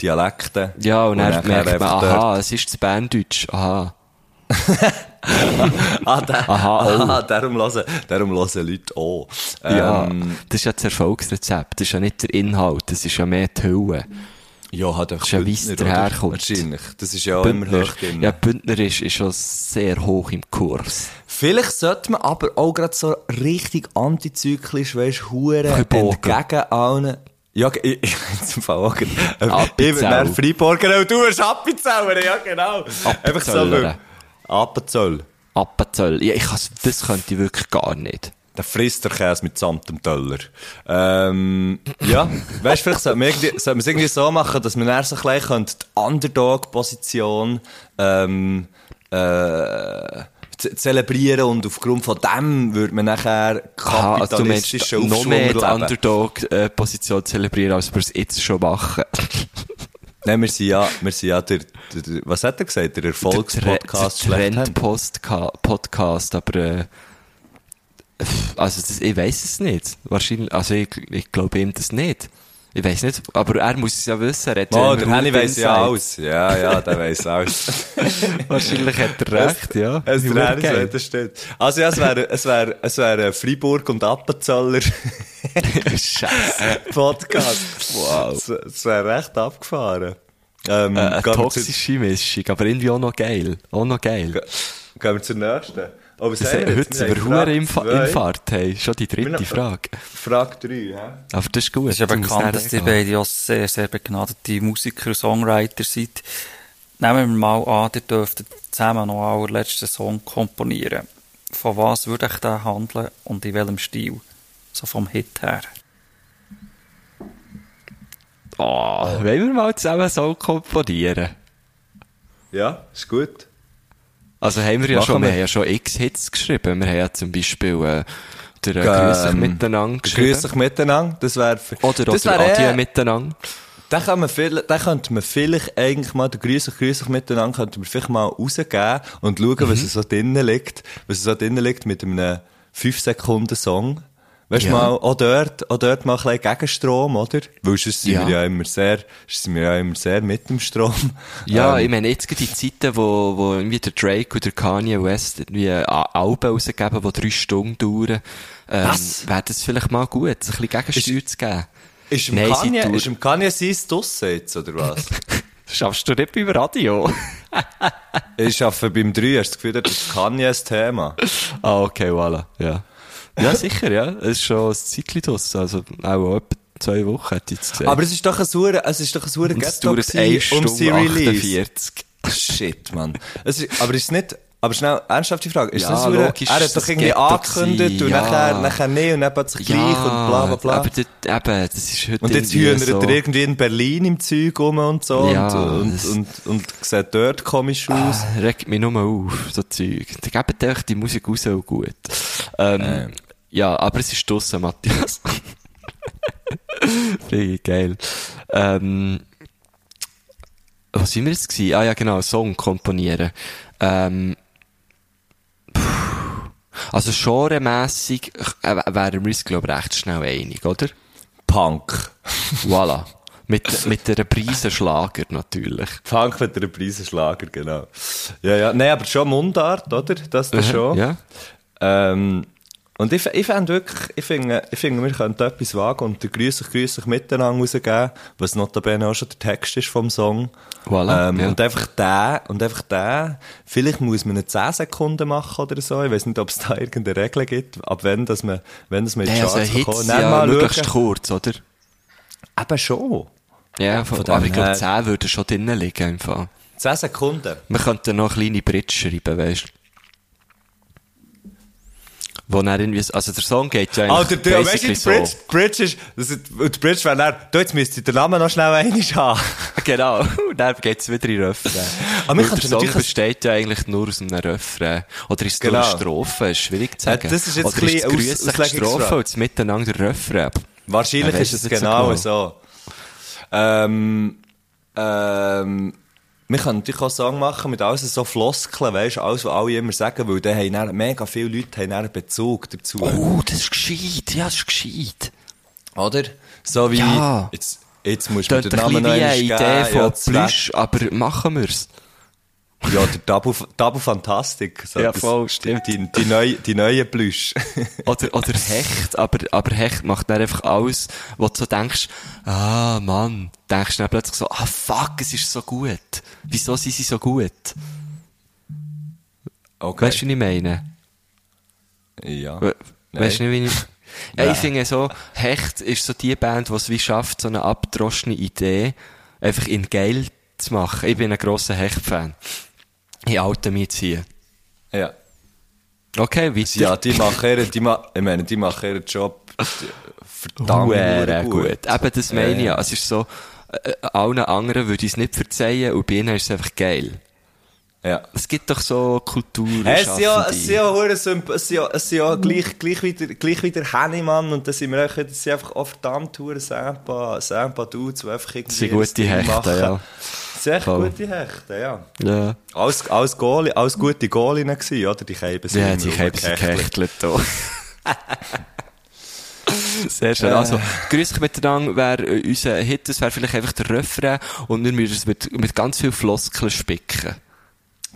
Speaker 1: Dialekte.
Speaker 5: Ja, und, dann,
Speaker 1: nachher
Speaker 5: merkt man,
Speaker 1: einfach dort-
Speaker 5: aha, es ist das Berndeutsch, aha.
Speaker 1: Ah, der,
Speaker 5: Aha, oh.
Speaker 1: aha, darum hören, darum hören Leute auch.
Speaker 5: Ja,
Speaker 1: Ähm,
Speaker 5: das ist ja das Erfolgsrezept, das ist ja nicht der Inhalt, das ist ja mehr die Hülle.
Speaker 1: ja, hat einfach
Speaker 5: ist ja weiss,
Speaker 1: Bündner,
Speaker 5: der
Speaker 1: oder?
Speaker 5: herkommt.
Speaker 1: Wahrscheinlich. Das ist ja auch immer
Speaker 5: Bündner,
Speaker 1: hoch drin.
Speaker 5: ja, Bündner ist, ist schon sehr hoch im Kurs.
Speaker 1: Vielleicht sollte man aber auch gerade so richtig antizyklisch, weißt du, Huren
Speaker 5: Ein bisschen bogen.
Speaker 1: entgegen allen. Ja, ge- ich, ich, zum Fall auch. gerade-
Speaker 5: Appenzell.
Speaker 1: Ich bin mehr Freiburger, und du bist Appenzeller, ja, genau. Einfach so.
Speaker 5: Appenzeller.
Speaker 1: weil- Appenzoll.
Speaker 5: Appenzell, ja, ich kann's, das könnte ich wirklich gar nicht.
Speaker 1: Der frisst der Käse mit samt dem Teller. Ähm, ja, weißt du, vielleicht sollte man irgendwie- sollte man es irgendwie so machen, dass man erst so gleich könnte, die Underdog-Position ähm, äh, z- zelebrieren und aufgrund von dem würde man nachher
Speaker 5: Aha, also du meinst,
Speaker 1: kapitalistischen
Speaker 5: noch
Speaker 1: Aufschwung
Speaker 5: mehr die
Speaker 1: erleben.
Speaker 5: Underdog-Position zelebrieren, als wir es jetzt schon machen.
Speaker 1: Nein, wir sind ja, wir sind ja der, der, der, was hat er gesagt, der Erfolgspodcast schlechthin.
Speaker 5: Trend-Podcast, aber äh, also das, ich weiß es nicht. Wahrscheinlich, also ich, ich glaube ihm das nicht. Ich weiß nicht, aber er muss es ja wissen. Er hat ja
Speaker 1: Oh,
Speaker 5: immer
Speaker 1: der
Speaker 5: gute
Speaker 1: Henny weiss ja
Speaker 5: Insights.
Speaker 1: alles. Ja, ja, der weiss alles.
Speaker 5: Wahrscheinlich hat er recht, ja.
Speaker 1: Es
Speaker 5: Wie
Speaker 1: wäre
Speaker 5: geil.
Speaker 1: es steht. Also ja, es wäre es wäre es wäre Freiburg und Appenzeller
Speaker 5: Scheiße.
Speaker 1: Podcast. Wow. Es, es wäre recht abgefahren. Ähm,
Speaker 5: Äh, Eine
Speaker 1: gehen, wir zu,
Speaker 5: toxische Mischung, aber irgendwie auch noch geil. Auch noch geil.
Speaker 1: ge- gehen wir zur nächsten. Oh, Aber
Speaker 5: Das hat heute sind wir Huren im, Fa- im Fahrt. Hey, schon die dritte Frage.
Speaker 1: Frage 3, hä?
Speaker 5: Aber das ist gut.
Speaker 2: Es ist ja
Speaker 5: Du musst
Speaker 2: bekannt,
Speaker 5: nicht
Speaker 2: dass ihr
Speaker 5: egal.
Speaker 2: beide auch sehr, sehr begnadete Musiker und Songwriter seid. Nehmen wir mal an, ihr dürftet zusammen noch euren letzten Song komponieren. Von was würde ich da handeln und in welchem Stil? So vom Hit her.
Speaker 5: Oh, wollen wir mal zusammen so komponieren?
Speaker 1: Ja, ist gut.
Speaker 5: Also haben wir ja
Speaker 1: Machen
Speaker 5: schon, wir
Speaker 1: wir.
Speaker 5: haben ja schon x Hits geschrieben. Wir haben ja zum Beispiel äh, der äh, Grüß dich
Speaker 1: Ähm,
Speaker 5: miteinander
Speaker 1: Grüß
Speaker 5: geschrieben.
Speaker 1: dich miteinander. Das wäre für-
Speaker 5: Oder,
Speaker 1: das
Speaker 5: oder
Speaker 1: wär eh-
Speaker 5: Adieu
Speaker 1: eher-
Speaker 5: miteinander.
Speaker 1: Den, kann man viel, den könnte man vielleicht eigentlich mal, den grüßig, grüßig miteinander, könnte man vielleicht mal rausgeben und schauen,
Speaker 5: Mhm.
Speaker 1: was es so drinnen liegt. Was es so drinnen liegt mit einem 5-Sekunden-Song. Weißt du
Speaker 5: Ja.
Speaker 1: mal, auch dort, auch dort mal ein bisschen Gegenstrom, oder? Weil sonst sind
Speaker 5: Ja.
Speaker 1: wir ja immer sehr, sonst sind wir ja immer sehr mit dem Strom.
Speaker 5: Ja,
Speaker 1: Ähm,
Speaker 5: ich meine, jetzt gerade die Zeiten, wo, wo irgendwie der Drake oder Kanye West irgendwie äh, Alben rausgeben, die drei Stunden dauern, ähm,
Speaker 1: Was?
Speaker 5: wäre das vielleicht mal gut, ein bisschen Gegensteuer zu geben.
Speaker 1: ist im
Speaker 5: Nein, sie
Speaker 1: Kanye,
Speaker 5: tut-
Speaker 1: ist im Kanye sein draussen jetzt, oder was?
Speaker 5: Schaffst du nicht beim Radio?
Speaker 1: Ich arbeite beim 3, hast du das Gefühl, das ist Kanye ein Thema?
Speaker 5: ah, okay, voilà. Ja, ja sicher, ja. Es ist schon ein Zeitchen draus. Also auch etwa zwei Wochen hätte ich jetzt gesehen.
Speaker 1: Aber es ist doch ein sauer, es ist doch ein sauer
Speaker 5: Und es
Speaker 1: Ghetto
Speaker 5: dauert 1
Speaker 1: gewesen, um sie
Speaker 5: Stunde
Speaker 1: Release.
Speaker 5: 48.
Speaker 1: Shit, Mann. Es ist, aber ist es nicht, aber schnell, ernsthafte Frage. Ist
Speaker 5: Ja,
Speaker 1: das sauer,
Speaker 5: logisch
Speaker 1: er
Speaker 5: ist
Speaker 1: hat doch
Speaker 5: das
Speaker 1: irgendwie
Speaker 5: Ghetto
Speaker 1: angekündigt
Speaker 5: gewesen,
Speaker 1: und
Speaker 5: ja.
Speaker 1: nachher, nachher nicht und dann hat sich gleich und bla bla bla.
Speaker 5: Aber dort, eben, das ist heute
Speaker 1: und jetzt
Speaker 5: irgendwie
Speaker 1: hühnert
Speaker 5: so.
Speaker 1: er irgendwie in Berlin im Zeug rum und so
Speaker 5: Ja,
Speaker 1: und, und,
Speaker 5: das-
Speaker 1: und, und, sieht dort komisch aus.
Speaker 5: Ah, Regt mich nur auf, so Zeug. Da gebt euch die Musik raus auch gut. Ähm, Ja, aber es ist draussen, Matthias. Finde ich geil. Ähm, was sind wir jetzt gewesen? Ah ja, genau, Song komponieren. Ähm, puh. also genremässig äh, wären wir uns, glaube ich, recht schnell einig, oder?
Speaker 1: Punk.
Speaker 5: Voilà. Mit, mit der Prise Schlager natürlich.
Speaker 1: Punk mit einer Preisenschlager, genau. Ja, ja. Nein, aber schon Mundart, oder? Das dann schon.
Speaker 5: Ja.
Speaker 1: Ähm, und ich, ich finde wirklich, ich finde, ich finde, wir könnten etwas wagen und den grüß ich, grüß ich miteinander rausgeben, was notabene auch schon der Text ist vom Song.
Speaker 5: Voilà,
Speaker 1: ähm,
Speaker 5: ja.
Speaker 1: Und einfach der, und einfach der, vielleicht muss man eine 10 Sekunden machen oder so, ich weiß nicht, ob es da irgendeine Regel gibt, ab wenn, dass man, wenn das man in die
Speaker 5: Der also
Speaker 1: Charts
Speaker 5: Hits
Speaker 1: kommt.
Speaker 5: sind
Speaker 1: Dann
Speaker 5: ja möglichst
Speaker 1: schauen.
Speaker 5: kurz, oder?
Speaker 1: Eben schon.
Speaker 5: Ja, von,
Speaker 1: Von dem
Speaker 5: aber ich glaube,
Speaker 1: her-
Speaker 5: 10 würden schon drinnen liegen. Im Fall.
Speaker 1: 10 Sekunden.
Speaker 5: Man könnte noch eine kleine Brit schreiben, weißt du. Wo dann irgendwie, so- also der Song geht ja
Speaker 1: Alter,
Speaker 5: eigentlich
Speaker 1: du, Ah, weißt du,
Speaker 5: basically
Speaker 1: die Bridge,
Speaker 5: so.
Speaker 1: die Bridge ist, das ist, und die Bridge wäre dann, du, jetzt müsst ihr den Namen noch schnell einmal haben.
Speaker 5: Genau, und dann geht's wieder in Refrain. Weil
Speaker 1: Aber Ah, wir könnten
Speaker 5: der Song
Speaker 1: natürlich-
Speaker 5: besteht ja eigentlich nur aus einem Refrain. Oder ist es nur
Speaker 1: Genau.
Speaker 5: eine Strophe? Ist schwierig zu
Speaker 1: Ja,
Speaker 5: sagen.
Speaker 1: das ist jetzt
Speaker 5: Oder
Speaker 1: ein
Speaker 5: ist
Speaker 1: bisschen
Speaker 5: es
Speaker 1: Aus-
Speaker 5: grüsslich die Strophe
Speaker 1: Auslegungsfrage.
Speaker 5: und das miteinander der Refrain?
Speaker 1: Wahrscheinlich
Speaker 5: Ja, weiss
Speaker 1: ist es
Speaker 5: es nicht so
Speaker 1: genau
Speaker 5: genau.
Speaker 1: so. Ähm, ähm, wir können natürlich auch einen Song machen mit alles so Floskeln, weißt du, alles, was alle immer sagen, weil dann haben dann mega viele Leute haben dann einen Bezug dazu.
Speaker 5: Oh, das ist gescheit. Ja, das ist gescheit.
Speaker 1: Oder? So wie,
Speaker 5: Ja.
Speaker 1: jetzt, jetzt musst du
Speaker 5: Das
Speaker 1: mir
Speaker 5: ist
Speaker 1: den
Speaker 5: ein
Speaker 1: Namen
Speaker 5: bisschen
Speaker 1: noch
Speaker 5: wie
Speaker 1: einmal
Speaker 5: eine Idee
Speaker 1: geben, ja,
Speaker 5: von
Speaker 1: das
Speaker 5: Plüsch, aber machen wir's.
Speaker 1: wär- Ja, der Double, Double Fantastic. So
Speaker 5: Ja,
Speaker 1: das-
Speaker 5: voll, stimmt.
Speaker 1: Die, die, neue, die neue Plüsch.
Speaker 5: Oder, oder Hecht, aber, aber Hecht macht dann einfach alles, wo du so denkst, ah, Mann, denkst dann plötzlich so, ah, fuck, es ist so gut. Wieso sind sie so gut?
Speaker 1: Okay.
Speaker 5: Weißt du, wie ich meine?
Speaker 1: ja.
Speaker 5: We
Speaker 1: Nein.
Speaker 5: Weißt du nicht, wie ich... Ja,
Speaker 1: Nein.
Speaker 5: ich finde so, Hecht ist so die Band, die es wie schafft, so eine abgedroschene Idee einfach in geil zu machen. Ich bin ein grosser Hecht-Fan. Ich oute mich jetzt hier.
Speaker 1: Ja.
Speaker 5: Okay, weiter.
Speaker 1: Ja, die machen ihren, die ma ich meine, die machen ihren Job verdammt
Speaker 5: Huere
Speaker 1: gut.
Speaker 5: gut. Eben, das meine ich
Speaker 1: Ja,
Speaker 5: ja.
Speaker 1: ja.
Speaker 5: Es ist so, äh, äh, allen anderen würde ich es nicht verzeihen und bei ihnen ist es einfach geil.
Speaker 1: Ja.
Speaker 5: Es gibt doch so Kultur.
Speaker 1: Hey, es sind ja, es sind ja, hure Symp- es sind ja, es sind ja gleich, gleich wieder, gleich wieder Hannemann und da sind wir auch, das sind einfach auch verdammt hure Sampa, Sampa Dudes, die einfach irgendwie...
Speaker 5: Das sind gute
Speaker 1: das Ding
Speaker 5: Hechte,
Speaker 1: machen.
Speaker 5: ja.
Speaker 1: Das sind echt
Speaker 5: Voll.
Speaker 1: gute Hechte, ja.
Speaker 5: ja.
Speaker 1: Alles, alles Goalie, alles gute Goalinnen gewesen, oder? Die Keiben sind
Speaker 5: Ja,
Speaker 1: immer
Speaker 5: die haben sie
Speaker 1: rumgehechtelt.
Speaker 5: gehechtelt hier. Sehr
Speaker 1: Äh.
Speaker 5: schön. Also, grüß euch miteinander, wäre äh, unser Hit, das wäre vielleicht einfach der Refrain und wir müssen es mit, mit ganz viel Floskeln spicken.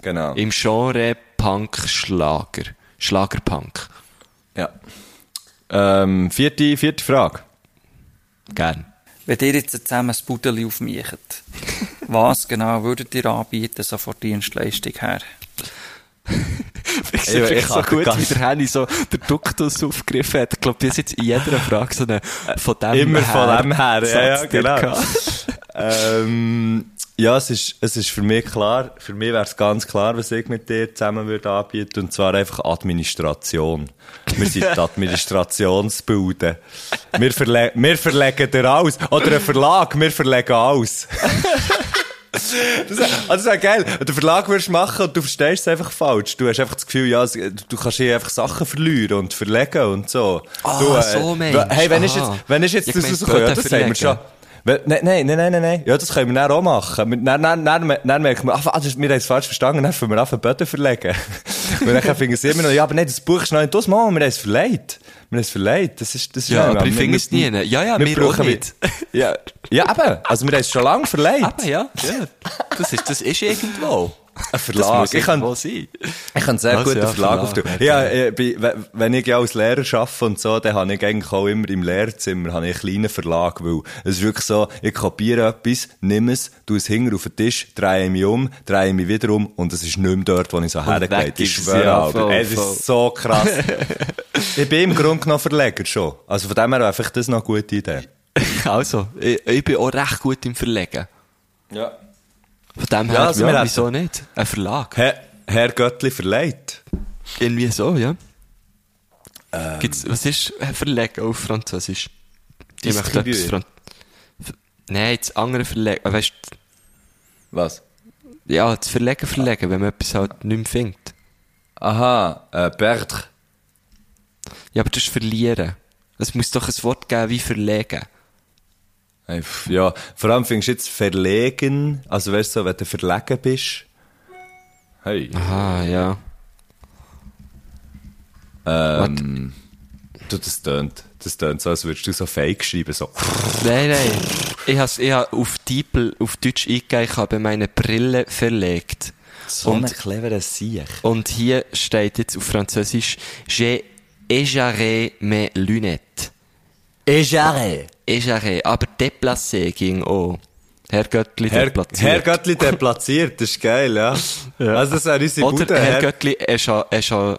Speaker 1: Genau.
Speaker 5: Im Genre Punk-Schlager. Schlagerpunk.
Speaker 1: Ja. Ähm, vierte, vierte Frage.
Speaker 5: Gern.
Speaker 2: Wenn ihr jetzt zusammen das Pudeli aufmiecht, was genau würdet ihr anbieten, so von Dienstleistung her?
Speaker 5: Ich
Speaker 1: Ey,
Speaker 5: finde
Speaker 1: ich
Speaker 5: so
Speaker 1: hab
Speaker 5: gut,
Speaker 1: ganz-
Speaker 5: wie der Henny so den Duktus aufgegriffen hat. Ich glaube, bis jetzt in jeder Frage so eine von dem
Speaker 1: Immer
Speaker 5: her
Speaker 1: von dem her, ja, ja,
Speaker 5: Satz drin
Speaker 1: genau.
Speaker 5: gehabt.
Speaker 1: ähm, ja, es ist, es ist für mich klar, für mich wäre es ganz klar, was ich mit dir zusammen würde anbieten, und zwar einfach Administration. Wir sind die Administrationsbude. Wir, verle wir verlegen dir alles. Oder ein Verlag, wir verlegen alles. Das, wär- also das wäre geil. Wenn du einen Verlag würdest machen und du verstehst es einfach falsch. Du hast einfach das Gefühl, ja, es- du kannst hier einfach Sachen verlieren und verlegen und so.
Speaker 5: Ah,
Speaker 1: du, äh,
Speaker 5: so meinst du.
Speaker 1: Hey, wenn ist jetzt,
Speaker 5: Aha.
Speaker 1: wenn ist jetzt
Speaker 5: Ich
Speaker 1: das
Speaker 5: meinte,
Speaker 1: rausgekommen? Ja,
Speaker 5: Böden
Speaker 1: das haben
Speaker 5: verlegen.
Speaker 1: wir schon. Weil- Nein, nein, nein, nein, nein, nein. Ja, das können wir dann auch machen. Wir- Dann, dann, dann, dann merken wir, ach, ah, das- wir haben es falsch verstanden, dann fangen wir an, Böden verlegen. Und dann finden sie immer noch, ja, aber nein, das Buch ist noch nicht aus, Mama, wir haben es verleiht. Wir haben es verleiht. Das ist, das ist
Speaker 5: Ja,
Speaker 1: nicht-
Speaker 5: aber ich
Speaker 1: wir-
Speaker 5: finde
Speaker 1: wir-
Speaker 5: es nie. Ja, ja, wir
Speaker 1: brauchen
Speaker 5: auch nicht.
Speaker 1: Ja, ja, eben. Also wir haben es schon lange verleiht.
Speaker 5: Eben, ja. ja. Das, ist, das ist irgendwo.
Speaker 1: Ein Verlag. Ich kann,
Speaker 5: irgendwo sein.
Speaker 1: ich kann sehr
Speaker 5: Was,
Speaker 1: gut
Speaker 5: ja,
Speaker 1: einen Verlag
Speaker 5: Verlag,
Speaker 1: aufdrücken.
Speaker 5: ja,
Speaker 1: Ja, äh, bei- we- wenn ich ja als Lehrer arbeite und so, dann habe ich eigentlich auch immer im Lehrzimmer habe ich einen kleinen Verlag, weil es ist wirklich so, ich kopiere etwas, nehme es, tue es hinter auf den Tisch, drehe mich um, drehe mich wieder um und es ist nicht mehr dort, wo ich so
Speaker 5: weg
Speaker 1: hergelegt Ich
Speaker 5: ist es.
Speaker 1: schwöre
Speaker 5: Ja,
Speaker 1: aber,
Speaker 5: voll,
Speaker 1: es
Speaker 5: voll.
Speaker 1: ist so krass. ich bin im Grunde genommen Verleger schon. Also von dem her wäre vielleicht das noch eine gute Idee.
Speaker 5: Also, ich, ich bin auch recht gut im Verlegen.
Speaker 1: Ja.
Speaker 5: Von dem
Speaker 1: Ja,
Speaker 5: her,
Speaker 1: also
Speaker 5: ja,
Speaker 1: wir
Speaker 5: wieso nicht? Ein Verlag.
Speaker 1: Herr, Herr Göttli verleiht.
Speaker 5: Irgendwie so, ja.
Speaker 1: Ähm.
Speaker 5: Gibt's, was ist ein Verlegen auf Französisch? Ich möchte
Speaker 1: Distribuer.
Speaker 5: etwas Fran Ver- Nein, das andere Verlegen. Weißt
Speaker 1: Was?
Speaker 5: du, ja, das Verlegen, Verlegen, wenn man etwas halt nicht mehr findet.
Speaker 1: Aha, äh, perdre.
Speaker 5: Ja, aber das ist Verlieren. Es muss doch ein Wort geben wie Verlegen.
Speaker 1: Ey, Äh, pff, Ja, vor allem findest du jetzt verlegen, also weißt du, so, wenn du verlegen bist. Hey.
Speaker 5: Ah, ja.
Speaker 1: Du, das tönt. Das tönt so, als würdest du so fake schreiben, so.
Speaker 5: Nein, nein. Ich habe ich hab auf Diepel, auf Deutsch eingegeben, ich habe meine Brille verlegt. und,
Speaker 1: clevere Sieg.
Speaker 5: und hier steht jetzt auf Französisch, j'ai éjaré mes lunettes.
Speaker 1: Ejare.
Speaker 5: Éjaré, aber déplacé ging auch. Herr Göttli
Speaker 1: Herr,
Speaker 5: deplatziert.
Speaker 1: Herr Göttli deplatziert, das ist geil, ja. Also, das wäre unsere
Speaker 5: Oder
Speaker 1: Bude.
Speaker 5: Herr
Speaker 1: Herr
Speaker 5: Göttli éja- éja-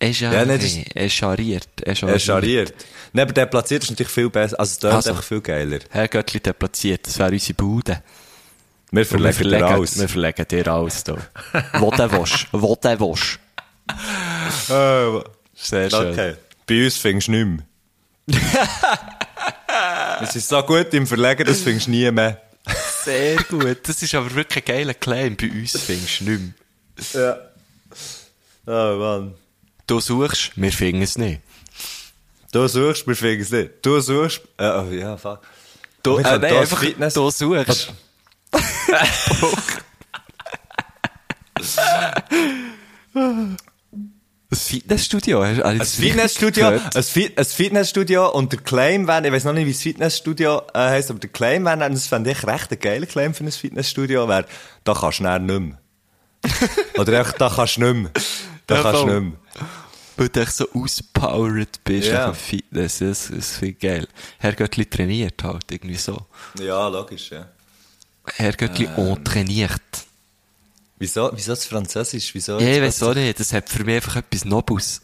Speaker 5: éjaré,
Speaker 1: Ja, nein, das ist-
Speaker 5: échariert, échariert.
Speaker 1: äh, chariert. Nein, aber deplatziert ist natürlich viel besser, also es tönt
Speaker 5: Also.
Speaker 1: einfach viel geiler.
Speaker 5: Herr Göttli deplatziert, das wäre unsere Bude.
Speaker 1: Wir
Speaker 5: wir
Speaker 1: verlegen dir
Speaker 5: verlegen,
Speaker 1: alles.
Speaker 5: Wir verlegen dir alles, da. Wo du willst, wo du willst.
Speaker 1: Äh,
Speaker 5: Sehr schön.
Speaker 1: Okay. Bei uns fängst du nicht mehr. es ist so gut im Verlegen, das fängst du nie mehr.
Speaker 5: Sehr gut. Das ist aber wirklich ein geiler Claim. Bei uns findest du nicht mehr.
Speaker 1: Ja. Oh Mann.
Speaker 5: Du suchst, wir finden es nicht.
Speaker 1: Du suchst, wir finden es nicht. Du suchst. Äh, oh, ja, fuck.
Speaker 5: Du,
Speaker 1: Wir
Speaker 5: äh,
Speaker 1: können
Speaker 5: nein,
Speaker 1: da
Speaker 5: einfach,
Speaker 1: Fitness-
Speaker 5: du suchst. Ein Fitnessstudio? Hast du- hast du
Speaker 1: Ein
Speaker 5: das richtig
Speaker 1: Fitnessstudio,
Speaker 5: gehört?
Speaker 1: ein, Fit, ein Fitnessstudio und der Claim wäre, ich weiß noch nicht, wie das Fitnessstudio äh, heisst, aber der Claim wäre, das fände ich recht ein geiler Claim für ein Fitnessstudio, wäre, da kannst du näher nicht mehr. Oder einfach, da kannst du nicht mehr. Da
Speaker 5: Ja,
Speaker 1: kannst du
Speaker 5: voll.
Speaker 1: nicht mehr.
Speaker 5: Weil du echt so auspowered bist.
Speaker 1: Ja.
Speaker 5: Yeah. Fitness, das, das finde ich geil. Herr Göttli trainiert halt, irgendwie so.
Speaker 1: Ja, logisch, ja.
Speaker 5: Herr Göttli entrainiert.
Speaker 1: Wieso, wieso das Französisch? Wieso
Speaker 5: Ja, ich weiß auch nicht, das hat für mich einfach etwas Nobles.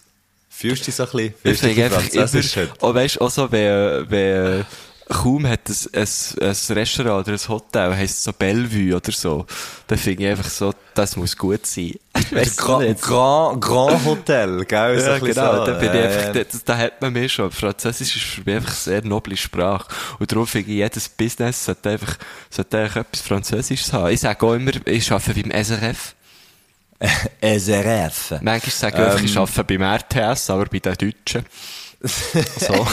Speaker 1: Fühlst du dich so ein bisschen?
Speaker 5: Ich
Speaker 1: Fühlst du
Speaker 5: finde
Speaker 1: dich
Speaker 5: einfach
Speaker 1: Französisch?
Speaker 5: immer,
Speaker 1: heute?
Speaker 5: oh, weißt, auch so, wenn, wenn kaum hat ein, ein, ein Restaurant oder ein Hotel, heisst so Bellevue oder so, dann finde ich einfach so, das muss gut sein. Weißt du
Speaker 1: Grand,
Speaker 5: nicht?
Speaker 1: Grand, Grand Hotel, gell? So
Speaker 5: Ja,
Speaker 1: ein bisschen
Speaker 5: genau,
Speaker 1: so,
Speaker 5: da bin ich
Speaker 1: äh,
Speaker 5: einfach, da, da hat man mir schon. Französisch ist für mich einfach eine sehr noble Sprache. Und darum finde ich, jedes Business sollte einfach, sollte einfach etwas Französisches haben. Ich sage auch immer, ich arbeite beim SRF.
Speaker 1: SRF.
Speaker 5: Manchmal sage ich einfach,
Speaker 1: Ähm.
Speaker 5: ich arbeite beim RTS, aber bei den Deutschen. so.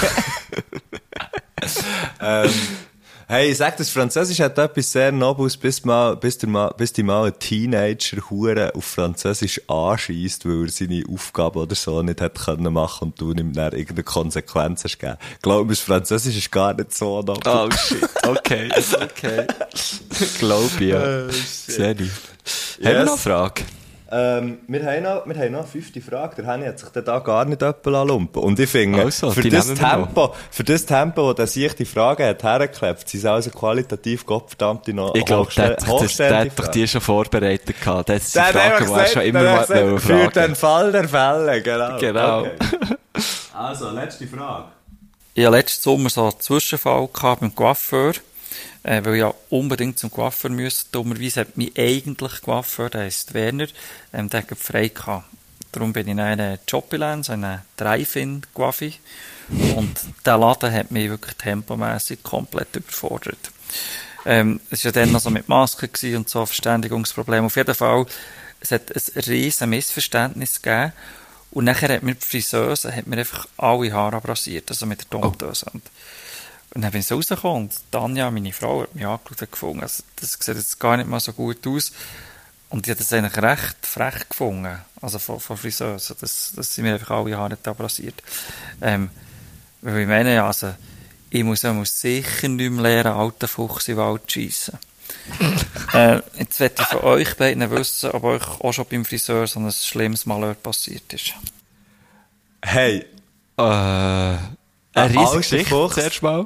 Speaker 1: Hey, sag das Französisch hat etwas sehr Nobles, bis, mal, bis, der mal, bis die mal ein Teenager hure auf Französisch anschießt, weil er seine Aufgabe oder so nicht hat können machen und du ihm dann irgendeine Konsequenz hast gegeben. Glaub mir, das Französisch ist gar nicht so nobel.
Speaker 5: Oh shit, okay, okay. Glaube ich, ja. Sehr gut. Haben wir
Speaker 1: Ah, Yes.
Speaker 5: noch eine Frage?
Speaker 1: Ähm, wir, haben noch, wir haben noch eine fünfte Frage. Der Henny hat sich dann da gar nicht jemanden lumpen lassen. Und ich finde,
Speaker 5: Also,
Speaker 1: für,
Speaker 5: die
Speaker 1: das
Speaker 5: nehmen wir
Speaker 1: Tempo, für das Tempo, das sich die Frage hat hergeklebt, sind es also qualitativ gottverdammte noch
Speaker 5: Ich glaube, der
Speaker 1: hochste-
Speaker 5: hat doch- der
Speaker 1: hochstehende
Speaker 5: hat doch
Speaker 1: Fragen.
Speaker 5: die schon vorbereitet gehabt. Das ist die
Speaker 1: Der hat
Speaker 5: Frage, die
Speaker 1: einfach
Speaker 5: er schon
Speaker 1: gesagt,
Speaker 5: immer
Speaker 1: der
Speaker 5: mal
Speaker 1: hat gesagt,
Speaker 5: wollte
Speaker 1: Für
Speaker 5: fragen.
Speaker 1: den Fall der Fälle, genau.
Speaker 5: Genau.
Speaker 1: Also, letzte Frage.
Speaker 2: Ich hatte letzten Sommer so einen Zwischenfall gehabt beim Coiffeur, äh, weil ich ja unbedingt zum Coiffeur musste. Dummerweise hat mein eigentlich Coiffeur, der heisst Werner, ähm, der hat frei gehabt. Darum bin ich in eine Jobilance, eine dreifin coiffi Und der Laden hat mich wirklich tempomässig komplett überfordert. Ähm, es war ja dann noch so mit Masken gewesen und so Verständigungsprobleme. Auf jeden Fall, es hat ein riesen Missverständnis gegeben. Und nachher hat mir die Friseuse hat mir einfach alle Haare abrasiert, also mit der Tondöse. Und, und dann bin ich so rausgekommen und Tanja, meine Frau, hat mich angeschaut und gefunden, also das sieht jetzt gar nicht mal so gut aus. Und ich habe das eigentlich recht frech gefunden, also von, von Friseuse, dass, dass sie mir einfach alle Haare hat abrasiert. Ähm, weil ich meine, also, ich muss, ich muss sicher nicht mehr lernen, alten Fuchs in den Wald zu schiessen. äh, jetzt werde ich von euch beiden wissen, ob euch auch schon beim Friseur so ein schlimmes Malheur passiert ist.
Speaker 1: Hey,
Speaker 5: Äh,
Speaker 1: Ein
Speaker 5: ein
Speaker 1: alter
Speaker 5: riesiger
Speaker 1: Fuchs.
Speaker 5: Fuchs. Zuerst mal.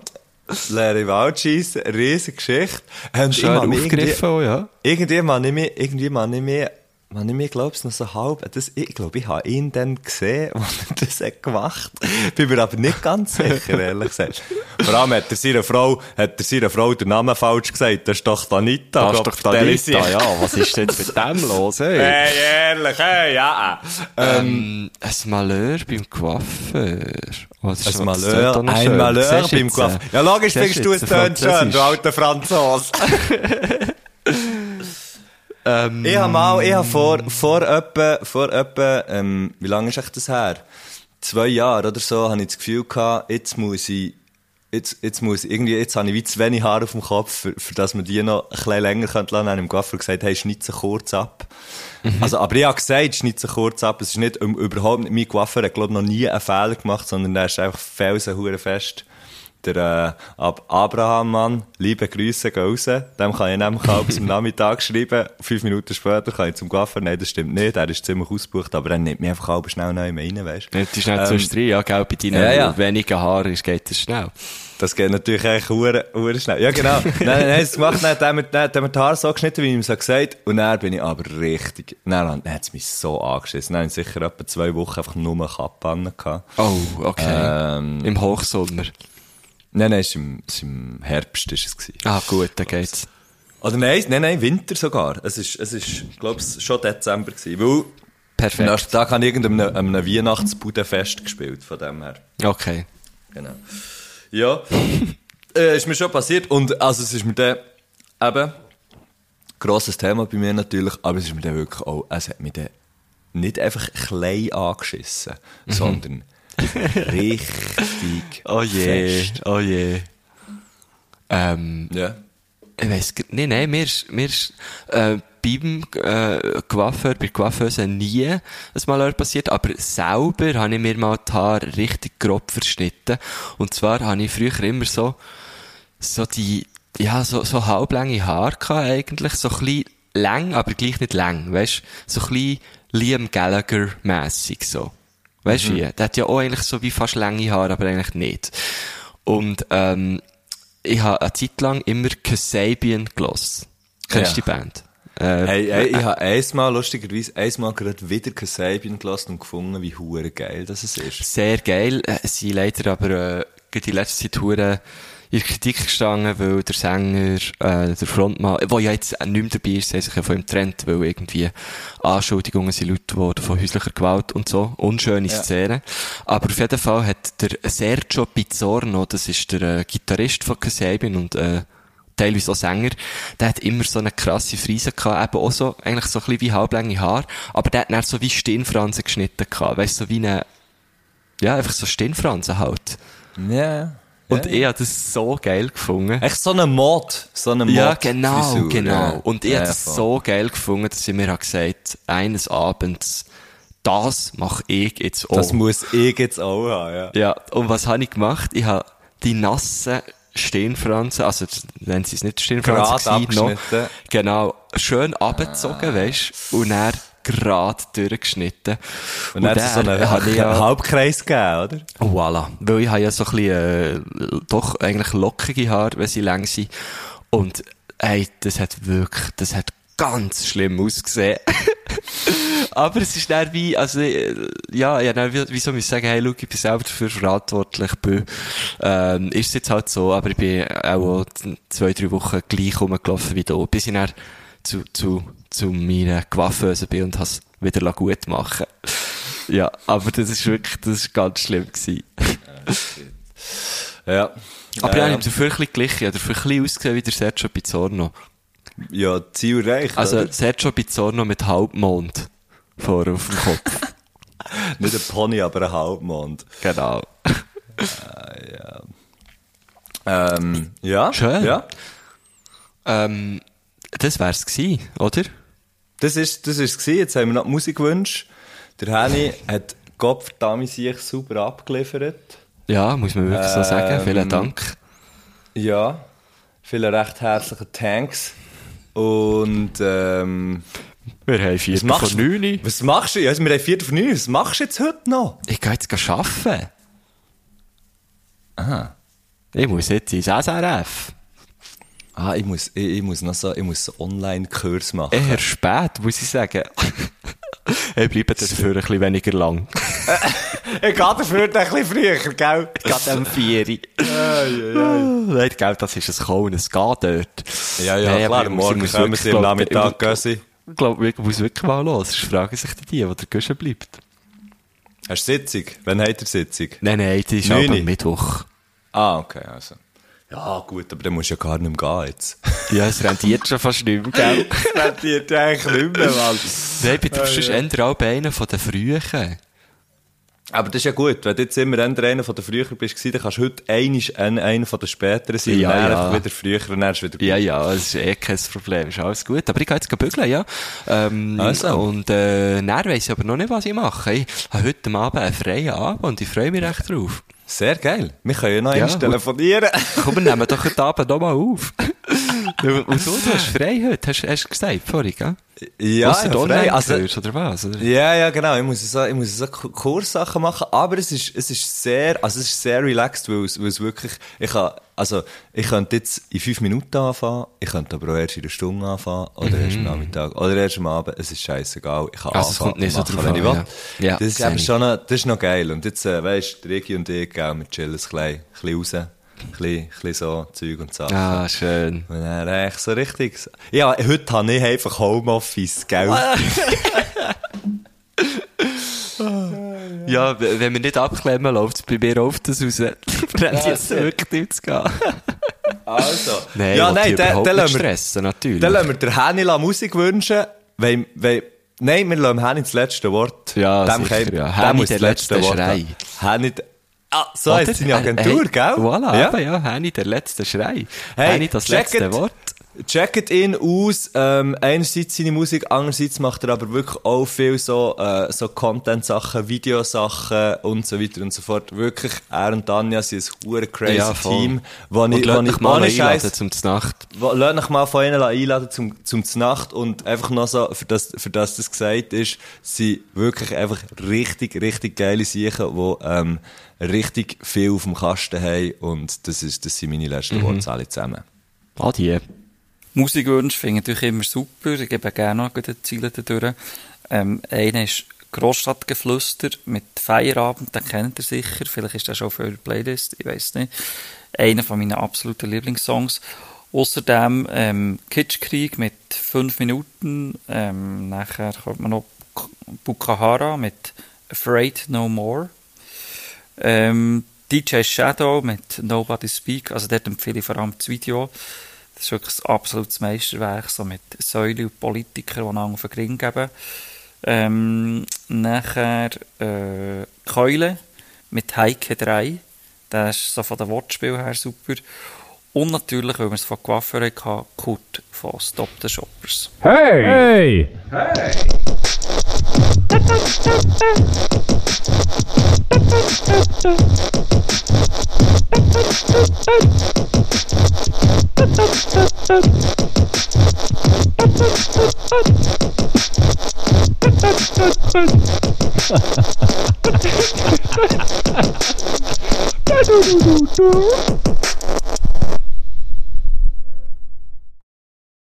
Speaker 1: Larry Waldscheiss, riesige Geschichte. Ähm, ich
Speaker 5: Schön
Speaker 1: mag mich
Speaker 5: aufgegriffen, auch, ja.
Speaker 1: Irgendwie, irgendwie mal nicht mehr, irgendwie mal nicht mehr, mal nicht mehr, glaub's noch so halb. Das, ich glaube, ich habe ihn dann gesehen, als er das hat gemacht hat. Bin mir aber nicht ganz sicher, ehrlich gesagt. Vor allem hat er seiner Frau, hat er seiner Frau den Namen falsch gesagt. Das ist doch Danita.
Speaker 5: Das ist doch
Speaker 1: Gott, der ist
Speaker 5: Danita,
Speaker 1: sie.
Speaker 5: ja. Was ist denn mit dem los, ey?
Speaker 1: Hey, ehrlich, hey, ja. äh.
Speaker 5: Ähm, ein Malheur beim Coiffeur. Was ist
Speaker 1: Ein
Speaker 5: das? Das
Speaker 1: Malheur,
Speaker 5: tönt doch noch
Speaker 1: ein
Speaker 5: schön.
Speaker 1: Malheur
Speaker 5: Siehst du
Speaker 1: beim
Speaker 5: jetzt, äh,
Speaker 1: Coiffeur. Ja, logisch,
Speaker 5: siehst
Speaker 1: findest du, es
Speaker 5: jetzt,
Speaker 1: tönt schön, du
Speaker 5: Französisch.
Speaker 1: alter Franzose.
Speaker 5: Ähm,
Speaker 1: Ich habe mal, ich habe vor, vor etwa, vor etwa, ähm, wie lange ist echt das her? Zwei Jahre oder so, habe ich das Gefühl gehabt, jetzt muss ich, jetzt, jetzt muss ich, irgendwie, jetzt habe ich wie zu wenig Haare auf dem Kopf, für, für dass man die noch ein bisschen länger könnte lassen. Dann habe ich im Gaffer gesagt, hey, schneid sie kurz ab. Also, aber ich habe gesagt, schneid sie kurz ab. Es ist nicht, um- überhaupt nicht, mein Gaffer hat, glaube ich, noch nie einen Fehler gemacht, sondern er ist einfach felsenhuren fest. Der äh, Ab Abraham Mann, liebe Grüße gehen raus. Dem kann ich nämlich auch bis am Nachmittag schreiben. Fünf Minuten später kann ich zum Gaffer. Nein, das stimmt nicht. Er ist ziemlich ausgebucht, aber er nimmt mich einfach halb schnell noch einmal rein, weißt
Speaker 5: Nicht die schnell zu rein, ja, gell, bei deinen
Speaker 1: Ähm. ja, ja.
Speaker 5: wenigen Haaren ist- geht das schnell.
Speaker 1: Das geht natürlich eigentlich hure, hure schnell. Ja, genau. nein, nein, nein, es gemacht, dann hat er mir, dann hat er mir die Haare so geschnitten, wie ich ihm so gesagt habe. Und dann bin ich aber richtig, dann, dann hat es mich so angeschissen. Dann habe ich sicher etwa zwei Wochen einfach nur eine Kappe an gehabt.
Speaker 5: Oh, okay.
Speaker 1: Ähm,
Speaker 5: Im Hochsommer.
Speaker 1: nein, nein, es war im, es war im Herbst ist es gewesen.
Speaker 5: Ah, gut, dann geht's.
Speaker 1: Oder nein, nein, nein, Winter sogar. Es ist, es ist, glaub's, schon Dezember gewesen. Weil am
Speaker 5: Perfekt.
Speaker 1: nächsten Tag habe ich irgendeinem einem Weihnachtsbudenfest gespielt, von dem her.
Speaker 5: Okay.
Speaker 1: Genau. Ja, äh, ist mir schon passiert. Und also es ist mir dann eben grosses Thema bei mir natürlich, aber es ist mir dann wirklich auch, es hat mich dann nicht einfach klein angeschissen, sondern richtig
Speaker 5: Mhm. Oh je,
Speaker 1: fest.
Speaker 5: oh je. Ähm,
Speaker 1: Ja.
Speaker 5: ich weiss grad- nee, nee, mir ist, mir ist, äh, beim, äh, Coiffeur, bei Coiffeuse nie ein Malheur passiert, aber selber habe ich mir mal die Haare richtig grob verschnitten. Und zwar habe ich früher immer so, so die, ja, so, so halblänge Haare gehabt eigentlich, so klein lang, aber gleich nicht lang, weißt, so klein Liam Gallagher mäßig so. Weißt du wie? Der hat ja auch eigentlich so wie fast lange Haare, aber eigentlich nicht. Und, ähm, ich habe eine Zeit lang immer Kasabian gelassen. Kennst du
Speaker 1: Ja.
Speaker 5: die Band? Äh,
Speaker 1: Hey, hey, ich habe einmal, lustigerweise, einmal gerade wieder Kasabian gelassen und gefunden, wie hure geil das es ist.
Speaker 5: sehr geil. Äh, Sie leider aber äh, gerade die letzte Zeit hure in der Kritik gestanden, weil der Sänger, äh, der Frontmann, der ja jetzt auch nicht mehr dabei ist, der hat sich ja von ihm getrennt, weil irgendwie Anschuldigungen sind laut geworden von häuslicher Gewalt und so. Unschöne Szenen. Aber auf jeden Fall hat der Sergio Pizzorno, das ist der äh, Gitarrist von Kasabian und äh, teilweise auch Sänger, der hat immer so eine krasse Frise gehabt, eben auch so, eigentlich so ein bisschen wie halblänge Haar, aber der hat dann so wie Stirnfransen geschnitten gehabt, weißt du, so wie eine ja, einfach so Stirnfransen halt.
Speaker 1: Ja.
Speaker 5: Und ich habe das so geil gefunden.
Speaker 1: Echt so eine Mod, so eine Mod.
Speaker 5: Ja, genau, genau. Und ich
Speaker 1: ja,
Speaker 5: habe das
Speaker 1: voll.
Speaker 5: so geil gefunden, dass ich mir habe gesagt eines Abends, das mache ich jetzt auch.
Speaker 1: Das muss ich jetzt auch haben, ja.
Speaker 5: ja, und was habe ich gemacht? Ich habe die nassen Stirnfransen, also wenn sie es nicht
Speaker 1: Gerade
Speaker 5: Stirnfransen gewesen,
Speaker 1: abgeschnitten. Ah.
Speaker 5: genau, schön abgezogen, weisst du, und dann gerade durchgeschnitten.
Speaker 1: Und dann hat es so
Speaker 5: dann
Speaker 1: einen
Speaker 5: habe ich ja-
Speaker 1: Halbkreis gegeben, oder?
Speaker 5: Oh, Voilà. Weil ich habe ja so ein bisschen, äh, doch eigentlich lockige Haare, wenn sie lang sind. Und, ey, das hat wirklich, das hat ganz schlimm ausgesehen. Aber es ist dann wie, also, äh, ja, ja, dann wie, wie soll ich sagen, hey, schau, ich bin selber dafür verantwortlich, bin, ähm, ist es jetzt halt so, aber ich bin auch, auch zwei, drei Wochen gleich rumgelaufen wie da, bis ich dann zu, zu, zu meiner Gewaffeuse bin und has wieder la gut machen. Ja, aber das ist wirklich, das ist ganz schlimm gewesen.
Speaker 1: Ja.
Speaker 5: Aber ja,
Speaker 1: ja,
Speaker 5: ich habe dafür ein bisschen gleich, ich habe dafür ein bisschen ausgesehen wie der Sergio Pizzorno.
Speaker 1: ja, Ziel reicht.
Speaker 5: Also,
Speaker 1: oder?
Speaker 5: Sergio Pizzorno mit Halbmond vor auf dem Kopf.
Speaker 1: Nicht ein Pony, aber ein Halbmond.
Speaker 5: genau.
Speaker 1: Ähm, ja.
Speaker 5: Schön.
Speaker 1: Ja.
Speaker 5: Ähm, das wär's gewesen, oder?
Speaker 1: Das ist, das ist gewesen. Jetzt haben wir noch die Musikwünsche. Der Henny hat Gottverdammt sich super abgeliefert.
Speaker 5: Ja, muss man wirklich so sagen.
Speaker 1: Ähm,
Speaker 5: Vielen Dank.
Speaker 1: Ja. Vielen recht herzlichen Thanks. Und ähm,
Speaker 6: Wir haben vier
Speaker 1: was machst
Speaker 6: von neun.
Speaker 1: du? Was machst du? Also, wir haben vier von neun. Was machst du jetzt heute noch?
Speaker 5: Ich gehe jetzt arbeiten. Aha. Ich muss jetzt ins SRF.
Speaker 1: Ah, ich muss, ich, ich muss noch so, ich muss so Online-Kurs machen.
Speaker 5: Eher spät, muss ich sagen. Ich bleibe dafür ein bisschen weniger lang.
Speaker 1: Ich gehe dafür ein bisschen früher, gell?
Speaker 5: Gerade am Vieri. Nein, gell, das ist ein Kauen, es geht dort.
Speaker 1: Ja, ja, klar,
Speaker 5: aber
Speaker 1: morgen
Speaker 5: muss
Speaker 1: kommen
Speaker 5: wirklich,
Speaker 1: sie am
Speaker 5: glaub,
Speaker 1: Nachmittag,
Speaker 5: Ich
Speaker 1: gell, sie.
Speaker 5: muss- glaub, ich muss wirklich mal los. Es fragen sich die, die, wo der Guschen bleibt.
Speaker 1: Hast du Sitzung? Wann habt ihr Sitzung?
Speaker 5: Nein, nein, die ist
Speaker 1: Neune.
Speaker 5: aber am Mittwoch.
Speaker 1: Ah, okay, also. Ja, gut, aber dann musst du ja gar nicht mehr gehen jetzt.
Speaker 5: Ja, es rentiert schon fast nicht mehr, gell?
Speaker 1: Das wird eigentlich nicht mehr, Mann.
Speaker 5: Nein, bei dir bist du eher auch bei einer von den Frühen.
Speaker 1: Aber das ist ja gut, wenn du jetzt immer entweder einer von den früher bist, dann kannst du heute einisch ein- einer von den späteren sein
Speaker 5: Ja,
Speaker 1: und dann
Speaker 5: ja.
Speaker 1: einfach wieder früher und dann ist wieder gut.
Speaker 5: Ja, ja, es ist eh kein Problem, ist alles gut. Aber ich gehe jetzt bügeln, ja. Ähm,
Speaker 1: Also.
Speaker 5: Und äh, dann weiss ich aber noch nicht, was ich mache. Ich habe heute Abend einen freien Abend und ich freue mich recht drauf.
Speaker 1: Sehr geil. Wir können ja noch
Speaker 5: Ja,
Speaker 1: eins
Speaker 5: gut.
Speaker 1: telefonieren.
Speaker 5: Komm, wir nehmen doch heute Abend nochmal auf. und so, du hast frei heute, hast, hast du gesagt, vorhin, gell?
Speaker 1: ja,
Speaker 5: Ausser
Speaker 1: ja,
Speaker 5: du
Speaker 1: frei.
Speaker 5: online
Speaker 1: Also,
Speaker 5: hörst, oder was? Oder?
Speaker 1: ja, ja, genau. Ich muss so, ich muss so Ku- Kurssachen machen, aber es ist, es ist sehr, also es ist sehr relaxed, weil es, weil es wirklich, ich kann, also, ich könnte jetzt in fünf Minuten anfangen, ich könnte aber auch erst in einer Stunde anfangen, oder erst am Nachmittag, oder erst am Abend, es ist scheißegal, ich kann
Speaker 5: Mhm. Also es
Speaker 1: anfangen,
Speaker 5: kommt nicht so
Speaker 1: machen,
Speaker 5: drauf
Speaker 1: wenn
Speaker 5: an,
Speaker 1: ich will.
Speaker 5: ja. Ja,
Speaker 1: Das ist
Speaker 5: sehe
Speaker 1: eben
Speaker 5: ich.
Speaker 1: schon noch, das ist noch geil. Und jetzt, äh, weisst, du, Regi und ich, gell, wir chillen ein bisschen, ein bisschen raus, ein bisschen, ein bisschen so Zeug und Sachen.
Speaker 5: Ah, schön.
Speaker 1: Und dann eigentlich so richtig. so- Ja, heute habe ich einfach Homeoffice, gell?
Speaker 5: Ja, w- wenn wir nicht abklemmen, läuft es bei mir auf das raus. Brennt jetzt wirklich nicht zu gehen.
Speaker 1: Also.
Speaker 5: Nein,
Speaker 1: ja,
Speaker 5: ich will
Speaker 1: nein,
Speaker 5: dich
Speaker 1: dann,
Speaker 5: überhaupt nicht
Speaker 1: dann, lassen wir,
Speaker 5: stressen, natürlich.
Speaker 1: dann lassen wir der Henny la Musik wünschen. Weil, weil, nein, wir lassen Henny das letzte Wort.
Speaker 5: Ja, sicher,
Speaker 1: kann-
Speaker 5: ja.
Speaker 1: dem
Speaker 5: Henny
Speaker 1: muss
Speaker 5: der
Speaker 1: das letzte
Speaker 5: letzte
Speaker 1: Wort.
Speaker 5: Schrei.
Speaker 1: Henny, der- ah, so
Speaker 5: Oder?
Speaker 1: heisst seine Agentur,
Speaker 5: Äh,
Speaker 1: gell?
Speaker 5: Voilà,
Speaker 1: ja.
Speaker 5: eben, ja, Henny, der letzte Schrei.
Speaker 1: Hey,
Speaker 5: Henny, das
Speaker 1: check
Speaker 5: letzte
Speaker 1: it.
Speaker 5: Wort.
Speaker 1: Checkt ihn aus. Ähm, einerseits seine Musik, andererseits macht er aber wirklich auch viel so, äh, so Content-Sachen, Videosachen und so weiter und so fort. Wirklich, er und Tanja sind ein hure crazy
Speaker 5: voll.
Speaker 1: Team. Wo
Speaker 5: Und
Speaker 1: ich, wo
Speaker 5: lass mich
Speaker 1: ich
Speaker 5: mal
Speaker 1: ohne
Speaker 5: einladen
Speaker 1: Scheiß,
Speaker 5: zum Znacht.
Speaker 1: wo- lass mich mal von ihnen einladen zum, zum Znacht und einfach noch so, für das, für das das gesagt ist, sind wirklich einfach richtig, richtig geile Sachen, die, ähm, richtig viel auf dem Kasten haben und das ist, das sind meine letzten Worte alle zusammen.
Speaker 5: Adieu.
Speaker 2: Musikwünsche finde ich natürlich immer super. Ich gebe gerne noch gute Ziele dadurch. Ähm, einer ist Grossstadtgeflüster mit Feierabend, den kennt ihr sicher. Vielleicht ist der schon auf eurer Playlist, ich weiß nicht. Einer von meinen absoluten Lieblingssongs. Außerdem ähm, Kitschkrieg mit 5 Minuten. Ähm, nachher kommt man noch K- Bukahara mit Afraid No More. Ähm, DJ Shadow mit Nobody Speak, also dort empfehle ich vor allem das Video. Das ist wirklich ein absolutes Meisterwerk, so mit Säulen und Politikern, die einen auf den Ring geben. Ähm, nachher äh, Keule mit Heike 3. Das ist so von den Wortspielen her super. Und natürlich, weil wir es von Coiffeur hatten, Kurt von Stop the Shoppers.
Speaker 7: Hey!